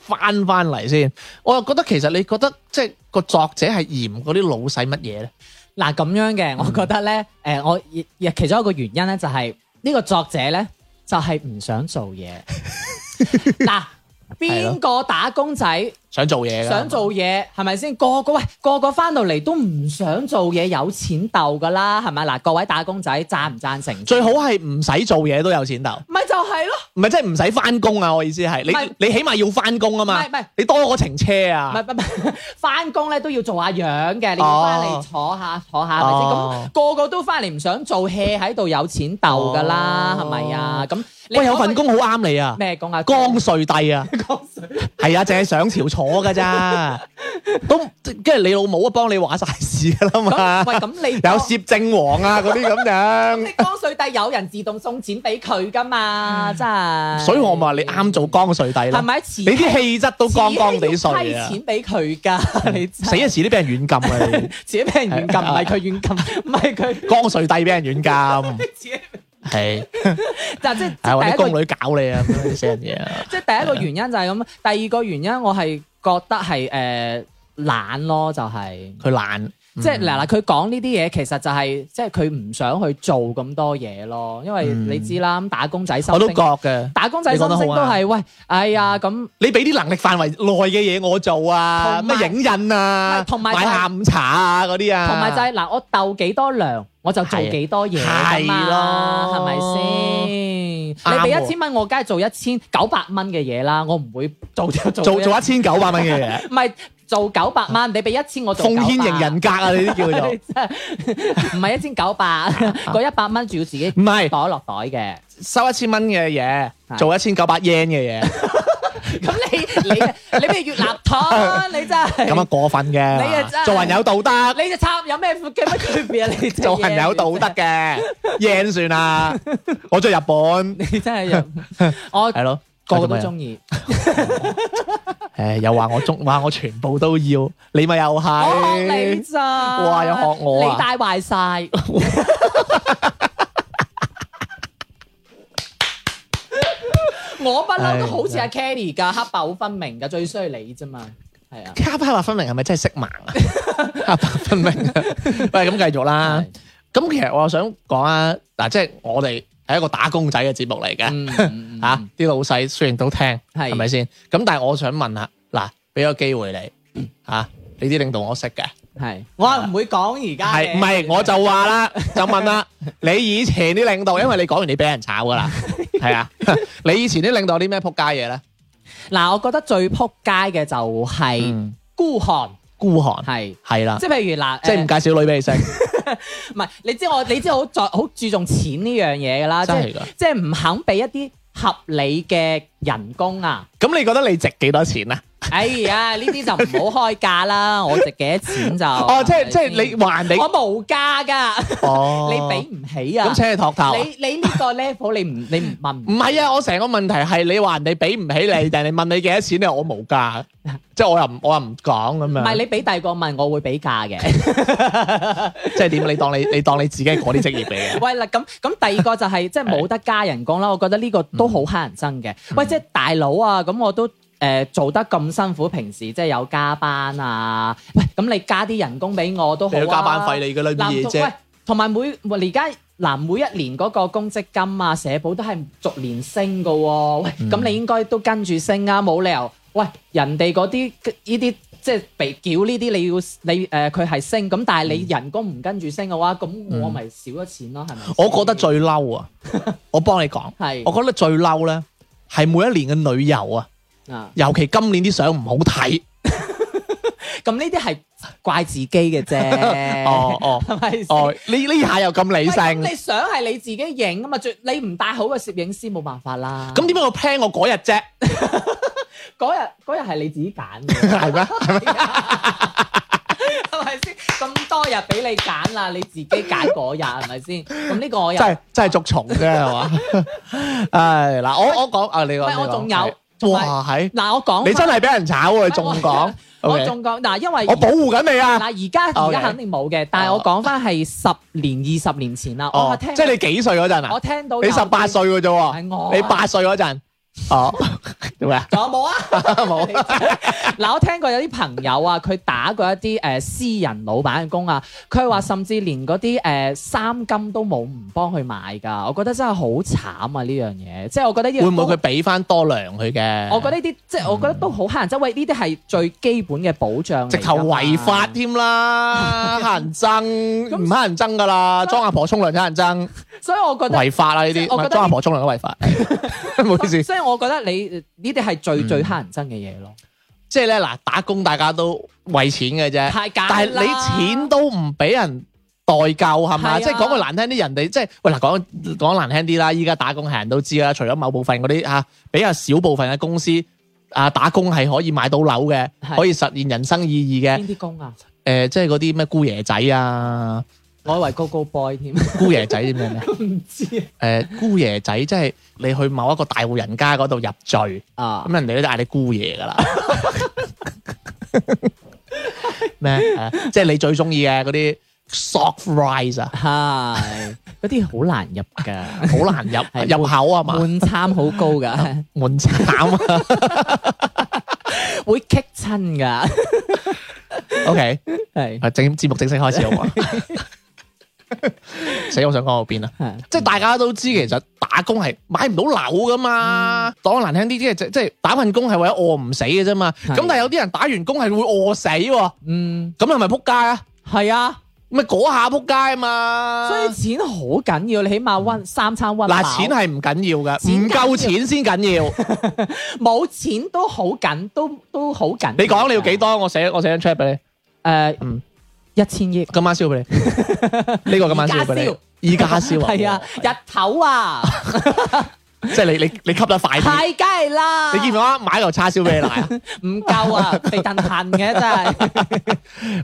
Speaker 2: 翻翻嚟先，我又覺得其實你覺得即係個作者係嫌嗰啲老細乜嘢咧？
Speaker 1: 嗱咁樣
Speaker 2: 嗯
Speaker 1: 嘅，我覺得咧，誒、我亦亦其中一個原因咧，就係、呢個作者咧，就係、唔想做嘢。 嗱，邊個打工仔
Speaker 2: 想做嘢㗎，
Speaker 1: 想做嘢係咪先？個個喂，個個翻到嚟都唔想做嘢，有錢鬥噶啦，係咪？嗱，各位打工仔贊唔贊成？
Speaker 2: 最好係唔使做嘢都有錢鬥，
Speaker 1: 咪就係咯，
Speaker 2: 唔係即係唔使翻工啊！我意思係
Speaker 1: 唔係
Speaker 2: 你你起碼要翻工啊嘛
Speaker 1: 唔係唔係，
Speaker 2: 你多嗰程車
Speaker 1: 唔
Speaker 2: 啊，
Speaker 1: 係唔係， 翻工咧都要做下樣嘅，你要翻嚟
Speaker 2: 哦
Speaker 1: 坐下坐下，係咪先？咁、
Speaker 2: 哦
Speaker 1: 個個都翻嚟唔想做 hea 喺度，有錢鬥噶啦，
Speaker 2: 哦
Speaker 1: 係咪啊？咁你
Speaker 2: 喂有
Speaker 1: 可唔可
Speaker 2: 份
Speaker 1: 以
Speaker 2: 工好啱你啊！
Speaker 1: 咩工啊？
Speaker 2: 江瑞帝啊，
Speaker 1: 江水。
Speaker 2: 係啊，淨係上朝坐㗎咋，都跟住你老母啊幫你話晒事㗎啦嘛。
Speaker 1: 咁喂，咁你
Speaker 2: 有攝政王啊嗰啲咁樣
Speaker 1: 你，江水帝有人自動送錢俾佢噶嘛？真係。
Speaker 2: 嗯 所以我咪話你啱做江水帝
Speaker 1: 係
Speaker 2: 啦。
Speaker 1: 咪？慈禧
Speaker 2: 你啲氣質都江江地水
Speaker 1: 慈禧要
Speaker 2: 啊嗯
Speaker 1: 批！錢俾佢㗎，你
Speaker 2: 死啊
Speaker 1: 死
Speaker 2: 嘅時都俾人軟禁啊！ 你
Speaker 1: 自己俾人軟禁，唔係佢軟 禁，唔係佢
Speaker 2: 江水帝俾人軟禁，
Speaker 1: 自己。
Speaker 2: 係
Speaker 1: 嗱，即
Speaker 2: 係或
Speaker 1: 係第一
Speaker 2: 者
Speaker 1: 個
Speaker 2: 宮女搞你啊咁樣死人嘢啊！
Speaker 1: 即係第一個原因就係咁，第二個原因我係覺得係誒、呃、懶咯，就係、
Speaker 2: 佢懶，
Speaker 1: 即係嗱嗱，佢講呢啲嘢其實就係、即係佢唔想去做咁多嘢咯，因為
Speaker 2: 嗯
Speaker 1: 你知啦，咁打工仔心
Speaker 2: 我都
Speaker 1: 聲
Speaker 2: 覺嘅。
Speaker 1: 打工仔心聲都係喂，哎呀咁，
Speaker 2: 你俾啲能力範圍內嘅嘢我做啊，
Speaker 1: 同埋
Speaker 2: 咩影印啊，
Speaker 1: 唔係同埋就
Speaker 2: 買
Speaker 1: 係
Speaker 2: 下午茶啊嗰啲啊，
Speaker 1: 同埋就係嗱，我鬥幾多糧，我就做幾多嘢㗎
Speaker 2: 係
Speaker 1: 嘛，
Speaker 2: 咯
Speaker 1: 係咪先？
Speaker 2: 啱
Speaker 1: 你俾
Speaker 2: 喎
Speaker 1: 一千蚊，我梗係做一千九百蚊嘅嘢啦，我唔會做做
Speaker 2: 做做一千九百蚊嘅嘢，
Speaker 1: 唔係做九百蚊，你俾一千我做
Speaker 2: 奉獻型人格啊，你 啲叫做。
Speaker 1: 900，唔係一千九百，嗰一百蚊仲要自己
Speaker 2: 啊唔係
Speaker 1: 袋落袋嘅。
Speaker 2: 收一千蚊嘅嘢，
Speaker 1: 係
Speaker 2: 做一千九百 yen 嘅嘢，
Speaker 1: 咁你你你咩越立 糖？你真係
Speaker 2: 咁啊過分
Speaker 1: 你啊
Speaker 2: 嘅，
Speaker 1: 真係
Speaker 2: 做人有道德。
Speaker 1: 你隻插有咩嘅乜區別 啊？你真係
Speaker 2: 做人有道德嘅 yen 算啦，我中意日本
Speaker 1: 你真係 有我
Speaker 2: 係咯，
Speaker 1: 個個都
Speaker 2: 意。
Speaker 1: 中意。
Speaker 2: 誒，又話我中，話我全部都要，你咪又
Speaker 1: 我學你
Speaker 2: 係，
Speaker 1: 咋？
Speaker 2: 哇又學我啊
Speaker 1: 你帶壞 晒。 我不嬲都好似阿 Kelly 㗎，黑白好分明㗎，最衰你啫嘛，係 啊。
Speaker 2: 卡巴話分明係咪真係色盲啊？卡巴分明，喂，咁繼續啦。咁其實我想講啊，嗱，即係我哋係一個打工仔嘅節目嚟嘅，
Speaker 1: 嗯嗯嗯
Speaker 2: 吓啲老細雖然都聽，
Speaker 1: 係
Speaker 2: 係咪先？咁但係我想問下，嗱，俾個機會你，吓你啲領導我識嘅，
Speaker 1: 係，我係唔會講而家嘅
Speaker 2: 係唔係？我就話啦，就問啦，你以前啲領導，因為你講完你俾人炒噶啦，係啊，你以前啲領導有啲咩撲街嘢咧？
Speaker 1: 嗱，我覺得最撲街嘅就係孤寒，
Speaker 2: 孤寒，
Speaker 1: 係
Speaker 2: 係啦
Speaker 1: 即，係譬如嗱，
Speaker 2: 嗯啊即係
Speaker 1: 誒
Speaker 2: 唔介紹女俾你識，
Speaker 1: 唔係你知我你知我好在好注重錢呢樣嘢㗎啦，即
Speaker 2: 真
Speaker 1: 係
Speaker 2: 係㗎。
Speaker 1: 即係唔肯俾一啲合理嘅人工 啊！
Speaker 2: 咁你覺得你值幾多錢啊？
Speaker 1: 哎呀，呢啲就唔好開價 啦，我值幾多錢就
Speaker 2: 哦，即係即
Speaker 1: 係咪
Speaker 2: 係你話人
Speaker 1: 先
Speaker 2: 哋，
Speaker 1: 我無價㗎，
Speaker 2: 哦，
Speaker 1: 你俾唔起啊
Speaker 2: 咁？請你托頭啊。
Speaker 1: 你你呢個 level 你唔你唔問
Speaker 2: 唔係啊！我成個問題係你話人哋俾唔 起你，但係你問你幾多錢咧，我無價，即係我又唔我又唔講咁
Speaker 1: 唔
Speaker 2: 樣。
Speaker 1: 係你俾第二個問，我會俾價嘅。
Speaker 2: 即係點？你當你你當你自己係啊嗰啲職業嚟嘅。
Speaker 1: 喂嗱，咁咁第二個就係、即係冇得加人工啦，我覺得呢個都好乞人憎嘅。
Speaker 2: 嗯
Speaker 1: 喂，即係大佬啊，咁我都誒、呃做得咁辛苦，平時即係有加班啊，喂，咁你加啲人工俾我都好
Speaker 2: 你
Speaker 1: 啊。
Speaker 2: 要加班費，你嘅
Speaker 1: 嗱
Speaker 2: 啦，乜嘢啫
Speaker 1: 喂？，同埋每喂而家嗱每一年嗰個公積金啊、社保都係逐年升噶喎、喂，咁、你應該都跟住升啊，冇理由喂人哋嗰啲呢啲即係被繳呢啲，你要你誒佢係升，咁但係你人工唔跟住升嘅話，咁我咪少咗錢咯，係咪、
Speaker 2: 我覺得最 嬲啊！我幫你講，我
Speaker 1: 係
Speaker 2: 覺得最嬲咧係每一年嘅旅遊啊，
Speaker 1: 啊，
Speaker 2: 尤其今年啲相唔好睇。。
Speaker 1: 咁呢啲係怪自己嘅啫
Speaker 2: 哦哦
Speaker 1: 係咪先
Speaker 2: 哦，呢呢下又咁理
Speaker 1: 喂咁
Speaker 2: 性，
Speaker 1: 你想係你自己影啊嘛，最你唔帶好嘅攝影師冇辦法啦。
Speaker 2: 咁點解我 plan 我嗰日 啫？
Speaker 1: 嗰日嗰日係你自己揀嘅。
Speaker 2: 係咩？係咩？
Speaker 1: 係咪先？咁多日俾你揀啦，你自己揀嗰日係咪先？咁呢個我又
Speaker 2: 真係真係捉蟲啫，係嘛？ 唉，嗱，我我講啊，你講，
Speaker 1: 喂
Speaker 2: 你
Speaker 1: 我
Speaker 2: 講
Speaker 1: 仲有
Speaker 2: 係
Speaker 1: 同埋
Speaker 2: 哇，係。
Speaker 1: 嗱，我講
Speaker 2: 你真係俾人炒喎！你仲講，
Speaker 1: 我
Speaker 2: OK
Speaker 1: 仲講嗱，因為
Speaker 2: 我保護緊你啊！
Speaker 1: 嗱而家而
Speaker 2: OK
Speaker 1: 家肯定冇嘅，但係我講翻係十年二十年前啦，我
Speaker 2: 哦，
Speaker 1: 聽
Speaker 2: 即係你幾歲嗰陣
Speaker 1: 我
Speaker 2: 啊？
Speaker 1: 聽到
Speaker 2: 你
Speaker 1: 有
Speaker 2: 十八歲嘅啫
Speaker 1: 係
Speaker 2: 喎，
Speaker 1: 我啊
Speaker 2: 你八歲嗰陣，哦， 做咩啊？
Speaker 1: 仲有冇啊？
Speaker 2: 冇
Speaker 1: 嗱，我聽過有啲朋友啊，佢打過一啲誒、呃私人老闆嘅工啊，佢話甚至連嗰啲誒三金都冇唔幫佢買㗎，我覺得真係好慘啊呢樣嘢，即係我覺得呢樣
Speaker 2: 會唔會
Speaker 1: 工
Speaker 2: 佢俾翻多糧佢嘅？
Speaker 1: 我覺得呢啲即係我覺得都好乞人憎，喂呢啲係最基本嘅保障嚟㗎嘛，
Speaker 2: 直頭違法添啦，乞 人憎，唔乞人憎噶啦，裝阿婆沖涼乞人憎，
Speaker 1: 所以我覺得，
Speaker 2: 違法啦呢
Speaker 1: 即
Speaker 2: 啲，
Speaker 1: 係我
Speaker 2: 唔
Speaker 1: 覺得
Speaker 2: 係裝阿婆沖涼都 違法，唔好意思。
Speaker 1: 所以我覺得你呃呢啲係最
Speaker 2: 嗯
Speaker 1: 最乞人憎嘅嘢咯，
Speaker 2: 即係咧嗱，打工大家都為錢嘅啫，
Speaker 1: 太假啦
Speaker 2: 但係你錢都唔俾人代救係
Speaker 1: 係
Speaker 2: 嘛？
Speaker 1: 啊
Speaker 2: 即係講句難聽啲，人哋即係喂嗱講講難聽啲啦，依家打工係人都知啦，除咗某部分嗰啲嚇比較少部分嘅公司啊，打工係可以買到樓嘅，
Speaker 1: 係
Speaker 2: 可以實現人生意義嘅，誒、
Speaker 1: 邊啲工啊？
Speaker 2: 即係嗰啲咩姑爺仔啊，
Speaker 1: 我以為 Go Go Boy 添，
Speaker 2: 姑爺仔點樣咧？
Speaker 1: 唔知
Speaker 2: 誒、姑爺仔即係你去某一個大戶人家嗰度入贅。
Speaker 1: 啊
Speaker 2: 咁人哋都嗌你姑爺噶啦。 咩？誒即係你最中意嘅嗰啲 soft rice 啊，
Speaker 1: 係嗰啲好難入 㗎，
Speaker 2: 好難入
Speaker 1: 係
Speaker 2: 入口啊嘛，
Speaker 1: 門參好高 㗎，
Speaker 2: 門慘 啊。
Speaker 1: 會棘親㗎，
Speaker 2: OK，
Speaker 1: 係
Speaker 2: 啊正節目正式開始好嘛？ 死！我想講到邊啊？
Speaker 1: 係
Speaker 2: 即係大家都知，其實打工係買唔到樓噶
Speaker 1: 嗯
Speaker 2: 嘛。講難聽啲，即係即係打份工係為咗餓唔死嘅啫嘛。
Speaker 1: 係
Speaker 2: 咁但係有啲人打完工係會餓死喎，
Speaker 1: 嗯
Speaker 2: 咁係咪撲街啊？
Speaker 1: 係啊，
Speaker 2: 咪嗰下撲街啊嘛。
Speaker 1: 所以錢好緊要，你起碼温三餐温飽
Speaker 2: 嗱，錢係唔緊要嘅，唔
Speaker 1: 錢緊要
Speaker 2: 夠錢先緊要。
Speaker 1: 冇錢都好緊，都都好緊。
Speaker 2: 你講你要幾？多？我寫我寫張 check 俾你，
Speaker 1: 誒
Speaker 2: 嗯，
Speaker 1: 一千 億。
Speaker 2: 今晚燒俾你。呢個今晚燒俾你，依家燒啊！
Speaker 1: 係啊，日頭 啊，
Speaker 2: 即係你你你吸得快啲。
Speaker 1: 係啊梗係啦，
Speaker 2: 你見唔見啊？買嚿叉燒俾你奶啊！
Speaker 1: 唔夠啊，肥騰騰嘅 真係，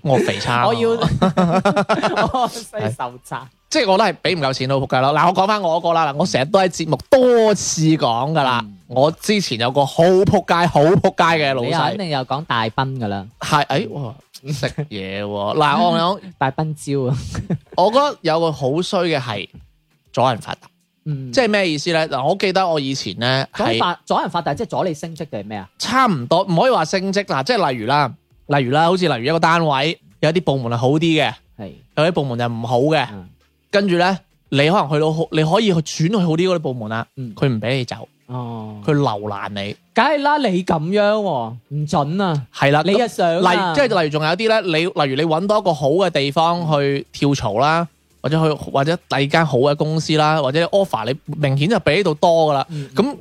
Speaker 2: 我肥叉，
Speaker 1: 我要 我需受責。
Speaker 2: 即係我都係俾唔夠錢都仆街咯。嗱，我講翻我嗰個啦，嗱，我成日都喺節目多次講噶啦
Speaker 1: 嗯。
Speaker 2: 我之前有個好仆街、好仆街嘅老
Speaker 1: 你又肯
Speaker 2: 細，
Speaker 1: 定又講大賓噶啦，
Speaker 2: 係誒哇食嘢喎。嗱， 我講
Speaker 1: 大賓蕉啊，
Speaker 2: 我覺得有個好衰嘅係阻人發達。
Speaker 1: 嗯，
Speaker 2: 即係咩意思咧？嗱，我記得我以前咧
Speaker 1: 阻人
Speaker 2: 係
Speaker 1: 發阻人發達，即係阻你升職定係咩啊？
Speaker 2: 差唔多，唔可以話升職嗱，即係例如啦，例如啦，好似例如一個單位有啲部門係好啲嘅，
Speaker 1: 係，
Speaker 2: 有啲部門就唔好嘅，
Speaker 1: 嗯
Speaker 2: 跟住咧你可能去到好，你可以去轉去好啲嗰啲部門啦，
Speaker 1: 嗯，
Speaker 2: 佢唔俾你走，
Speaker 1: 哦，
Speaker 2: 佢留難你，
Speaker 1: 梗係啦，你咁樣喎，唔準啊，
Speaker 2: 係啦，
Speaker 1: 你
Speaker 2: 咁
Speaker 1: 啊想
Speaker 2: 例
Speaker 1: 啊
Speaker 2: 即係例如仲有啲咧，你例如你揾到一個好嘅地方去跳槽啦，或者去或者第二間好嘅公司啦，或者 offer 你明顯就比呢度多噶啦。
Speaker 1: 嗯
Speaker 2: 咁、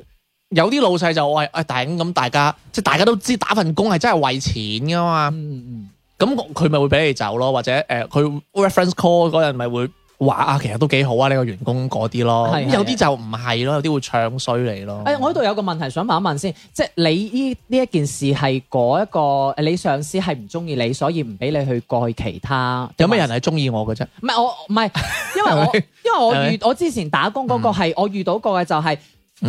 Speaker 2: 有啲老細就喂，誒、哎、大咁大家即係大家都知打份工係真係為錢噶嘛。
Speaker 1: 嗯嗯嗯，
Speaker 2: 咁、咁佢咪會俾你走咯，或者誒佢 reference call 嗰陣咪會話啊，其實都幾好啊，呢個員工嗰啲咯。
Speaker 1: 係
Speaker 2: 咁
Speaker 1: 係哎
Speaker 2: 有啲就唔係咯，有啲會唱衰你咯。
Speaker 1: 誒，我呢度有個問題想問一問先，即係你呢呢一件事係嗰一個你上司係唔中意你，所以唔俾你去過去其他。
Speaker 2: 有咩人係中意我嘅啫？
Speaker 1: 唔係我 唔係，因為我因為我
Speaker 2: 係
Speaker 1: 遇我之前打工嗰個係我遇到過嘅就係、
Speaker 2: 嗯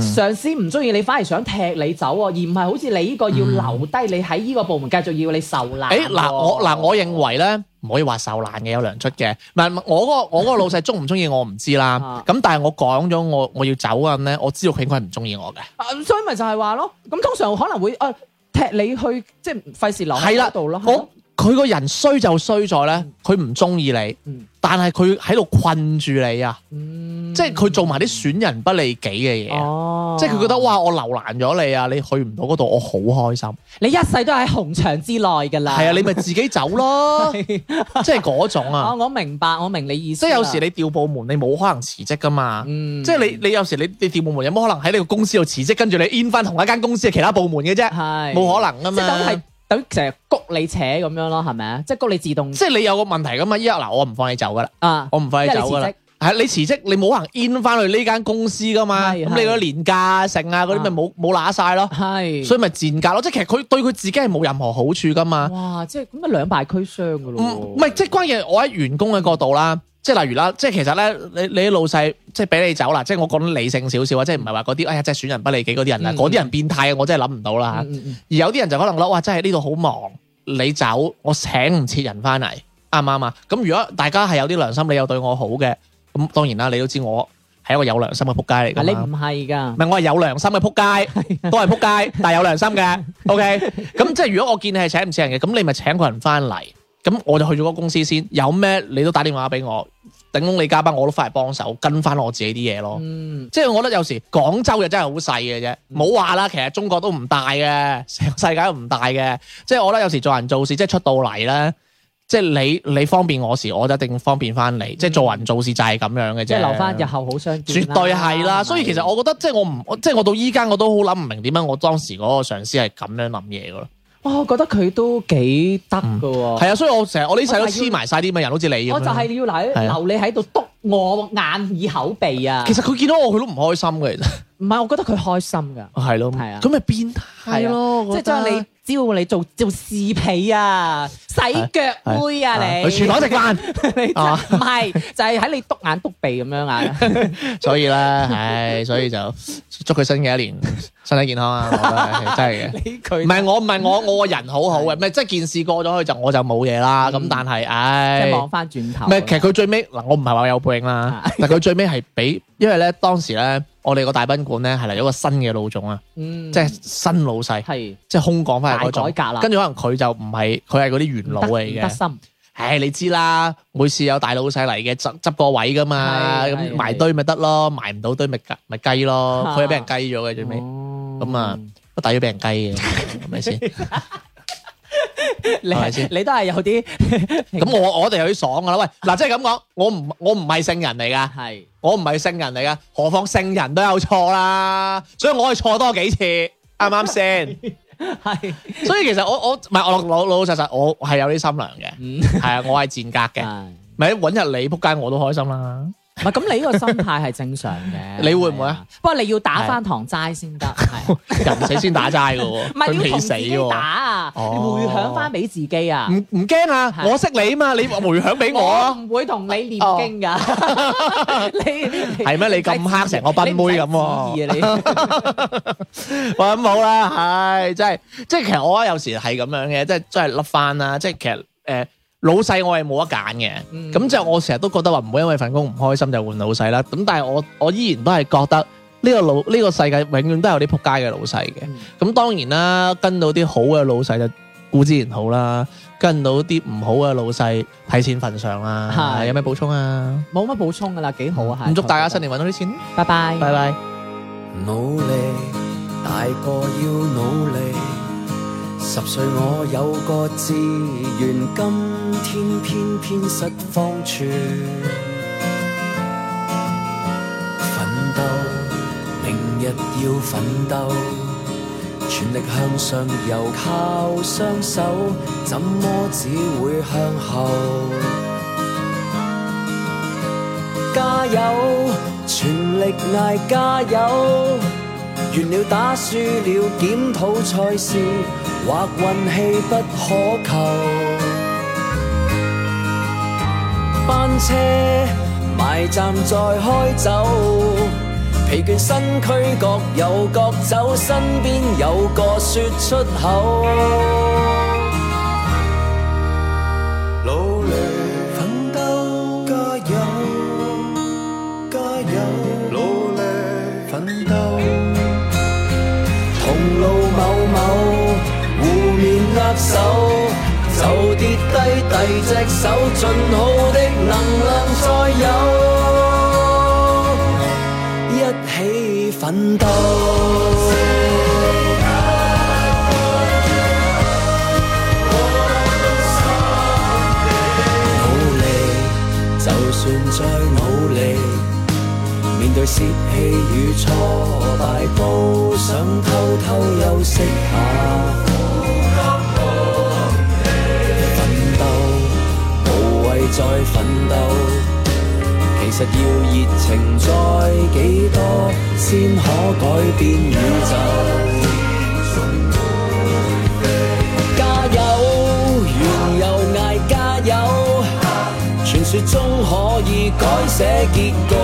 Speaker 1: 上司唔中意你，反而想踢你走喎，而唔係好似你呢個要留低你喺呢個部門繼續要你受難喎。
Speaker 2: 誒嗱，我嗱，我認為咧唔可以話受難嘅有糧出嘅。唔係我嗰個我 嗰個老細中唔中意我唔知啦
Speaker 1: 啊。
Speaker 2: 咁但係我講咗我我要走嗰陣咧，我知道佢應該係唔中意我嘅。
Speaker 1: 啊所以咪就係話咯，咁通常可能會啊踢你去，即係費事留喺
Speaker 2: 係啦
Speaker 1: 嗰度咯。係
Speaker 2: 我
Speaker 1: 咯
Speaker 2: 佢個人衰就衰在咧，佢唔中意你
Speaker 1: 嗯，
Speaker 2: 但係佢喺度困住你啊，
Speaker 1: 嗯
Speaker 2: 即係佢做埋啲損人不利己嘅嘢啊。
Speaker 1: 哦，
Speaker 2: 即係佢覺得哇，我留難咗你啊，你去唔到嗰度，我好開心。
Speaker 1: 你一世都喺紅牆之內㗎啦。
Speaker 2: 係啊，你咪自己走咯， 即係嗰種
Speaker 1: 啊，
Speaker 2: 啊。
Speaker 1: 我明白，我明你意思
Speaker 2: 即
Speaker 1: 啦。
Speaker 2: 係有時你調部門，你冇可能辭職噶嘛。
Speaker 1: 嗯，
Speaker 2: 即係你你有時你你調部門有冇可能喺你個公司度辭職，跟住你 in 翻同一間公司嘅其他部門嘅啫？
Speaker 1: 係
Speaker 2: 冇可能
Speaker 1: 即
Speaker 2: 噶啊
Speaker 1: 係等於係
Speaker 2: 嘛。
Speaker 1: 等於成日谷你扯咁樣咯，係咪啊？即係谷你自動
Speaker 2: 即係你哦有個問題噶嘛？依家嗱，我唔放你走噶啦，
Speaker 1: 啊，
Speaker 2: 我唔放
Speaker 1: 因為
Speaker 2: 你
Speaker 1: 你
Speaker 2: 走
Speaker 1: 辭
Speaker 2: 噶啦
Speaker 1: 職。。
Speaker 2: 係你辭職，你冇可能 in 翻去呢間公司噶嘛？
Speaker 1: 係
Speaker 2: 咁你
Speaker 1: 係嗯
Speaker 2: 嗰啲年假啊剩啊嗰啲咪冇冇揦晒咯，
Speaker 1: 係，
Speaker 2: 所以咪賤格咯。即係其實佢對佢自己係冇任何好處噶嘛。
Speaker 1: 哇，即係咁啊兩敗俱傷噶咯喎，
Speaker 2: 唔唔係，即係關鍵，我喺員工嘅角度啦，即係例如啦，即係其實咧，你你啲老細即係俾你走啦，即係我講得理性少少啊，即係唔係話嗰啲哎呀，即係損人不利己嗰啲人啊，
Speaker 1: 嗯
Speaker 2: 嗰啲人變態，我真係諗唔到啦嚇
Speaker 1: 嗯，嗯嗯
Speaker 2: 而有啲人就可能覺得哇，真係呢度好忙，你走我請唔切人翻嚟，啱唔啱啊？咁如果大家係有啲良心，你又對我好嘅，咁當然啦，你都知我係一個有良心嘅仆街嚟
Speaker 1: 啊
Speaker 2: 㗎
Speaker 1: 你
Speaker 2: 嘛
Speaker 1: 唔係
Speaker 2: 唔
Speaker 1: 㗎，
Speaker 2: 係我係有良心嘅仆
Speaker 1: 啊
Speaker 2: 街，都係仆街，但係有良心嘅。OK，咁即係如果我見你係請唔請人嘅，咁你咪請個人翻嚟，咁我就去咗嗰個公司先。有咩你都打電話俾我，頂窿你加班我都翻嚟幫手，跟翻我自己啲嘢咯。
Speaker 1: 嗯，
Speaker 2: 即係我覺得有時廣州就真係好細嘅啫，冇話啦。其實中國都唔大嘅，成個世界都唔大嘅。即係我覺得有時做人做事，即係出到嚟咧，即係你你方便我時，我就一定方便翻你。即係做人做事就係咁樣嘅啫。
Speaker 1: 即係留翻日後好相見
Speaker 2: 絕對係啦，所以其實我覺得即係我唔，我即係我到依家我都好諗唔明點解我當時嗰個上司係咁樣諗嘢噶咯。
Speaker 1: 哇我覺得佢都幾得㗎喎，
Speaker 2: 係啊，所以我成日我呢世都黐埋晒啲咁嘅人，好似你咁樣。
Speaker 1: 哦我就係要留
Speaker 2: 係啊
Speaker 1: 留你喺度督我眼耳口鼻啊！
Speaker 2: 其實佢見到我佢都唔開心 嘅，其實
Speaker 1: 唔係，我覺得佢開心㗎，
Speaker 2: 係咯，
Speaker 1: 係啊
Speaker 2: 咁咪變態咯，
Speaker 1: 即係將你招你做做侍婢啊、洗腳妹啊你，
Speaker 2: 去廚房食飯，
Speaker 1: 你真
Speaker 2: 啊
Speaker 1: 唔係就係喺你督眼督鼻咁 樣啊！
Speaker 2: 所以咧，唉，所以就祝佢新 嘅一年身體健康啊！我覺得係真係嘅。
Speaker 1: 你
Speaker 2: 唔
Speaker 1: 佢
Speaker 2: 係我唔係我我個人好好嘅，唔係即係件事過咗去就我就冇嘢啦。咁
Speaker 1: 嗯
Speaker 2: 但係
Speaker 1: 即
Speaker 2: 唉
Speaker 1: 係，望翻轉頭，
Speaker 2: 唔係，其實佢最尾嗱，我唔係話有背影啦
Speaker 1: 啊，
Speaker 2: 但佢最尾係俾，因為咧當時咧，我哋個大賓館咧係嚟咗個新嘅老總啊，
Speaker 1: 嗯
Speaker 2: 即係新老細，
Speaker 1: 係
Speaker 2: 即係空降翻嚟嗰
Speaker 1: 大
Speaker 2: 種。
Speaker 1: 改革啦，
Speaker 2: 跟住可能佢就唔係，佢係嗰啲元老
Speaker 1: 唔得
Speaker 2: 嚟
Speaker 1: 唔得
Speaker 2: 嘅。
Speaker 1: 心
Speaker 2: 唉，你知啦，每次有大老細嚟嘅執執個位噶嘛，
Speaker 1: 係
Speaker 2: 咁
Speaker 1: 係
Speaker 2: 埋堆咪得咯，埋唔到堆咪雞咪雞咯，
Speaker 1: 啊
Speaker 2: 佢係俾人雞咗嘅最
Speaker 1: 哦
Speaker 2: 尾，咁
Speaker 1: 咁
Speaker 2: 啊，都抵咗俾人雞嘅，係咪先？係咪先
Speaker 1: 你你都係有啲
Speaker 2: 咁我我哋有啲爽噶啦，喂，嗱，即係咁講，我唔我唔係聖人嚟㗎。
Speaker 1: 係
Speaker 2: 我唔係聖人嚟噶，何況聖人都有錯啦，所以我可以錯多幾次，啱唔啱 先？
Speaker 1: 係
Speaker 2: 所以其實我我唔係我老老老實實，我係有啲心涼嘅，
Speaker 1: 嗯
Speaker 2: 係啊，我係賤格嘅，
Speaker 1: 係
Speaker 2: 咪揾日你仆街我都開心啦。
Speaker 1: 唔係咁，你呢個心態係正常嘅。
Speaker 2: 你會唔會啊
Speaker 1: 係？不過你要打翻堂齋先得，係
Speaker 2: 人死先打齋噶喎，
Speaker 1: 唔係
Speaker 2: 佢
Speaker 1: 你要
Speaker 2: 未
Speaker 1: 同
Speaker 2: 死
Speaker 1: 自己打
Speaker 2: 喎，
Speaker 1: 啊？
Speaker 2: 哦
Speaker 1: 你回響翻俾自己啊！
Speaker 2: 唔唔驚啊！
Speaker 1: 係
Speaker 2: 我識你啊嘛，你回響俾我
Speaker 1: 我
Speaker 2: 啊，
Speaker 1: 唔會同你念經㗎。 你
Speaker 2: 係咩？你咁黑成個賓妹咁喎。
Speaker 1: 你唔使旨意啊你
Speaker 2: 喂，咁好啦，唉，真係，即係其實我覺得有時係咁樣嘅，即係真係甩翻啦，即係其實誒、呃老細我係冇得揀嘅，
Speaker 1: 嗯
Speaker 2: 咁就、我成日都覺得話唔好因為份工唔開心就換老細啦，咁但係我我依然都係覺得呢個老呢、個世界永遠都有啲撲街嘅老細嘅，咁、
Speaker 1: 嗯
Speaker 2: 當然啦，跟到啲好嘅老細就固之然好啦，跟到啲唔好嘅老細睇錢份上啦，
Speaker 1: 係
Speaker 2: 有咩補充啊？
Speaker 1: 冇乜補充㗎啦，幾好啊！係
Speaker 2: 嗯咁祝大家新，年揾到啲錢，
Speaker 1: 拜拜。
Speaker 2: 拜拜。
Speaker 3: 努力，大個要努力。十歲我有個志願，今天偏偏失方寸。奮鬥，明日要奮鬥，
Speaker 6: 全力向上，又靠雙手，怎麼只會向後？加油，全力嗌加油！完了打輸了，檢討賽事，或運氣不可求。班車埋站再開走，疲倦身軀各有各走，身邊有個說出口。努力奮鬥，加油，加油，努力奮鬥。同路某某，互面握手，就跌低第隻手，盡好的能量再有，一起奮鬥。努力，就算再努力。面對泄氣與挫敗，都想偷偷休息下。奮鬥，無謂再奮鬥。其實要熱情再幾多，先可改變宇宙。加油，原又嗌加油。傳說中可以改寫結局，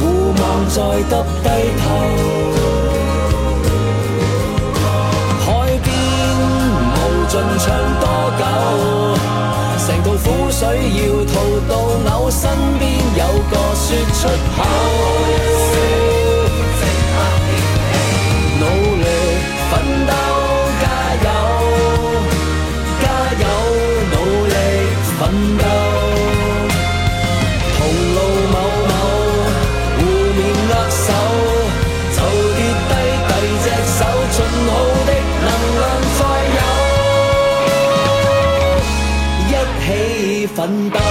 Speaker 6: 互望再耷低頭。海邊無盡唱多久？成道苦水要吐到嘔，身邊有個說出口。努力奮鬥，加油！加油，努力奮鬥。同路某某，互勉握手，就跌低第隻手，盡好的能量再有，一起奮鬥。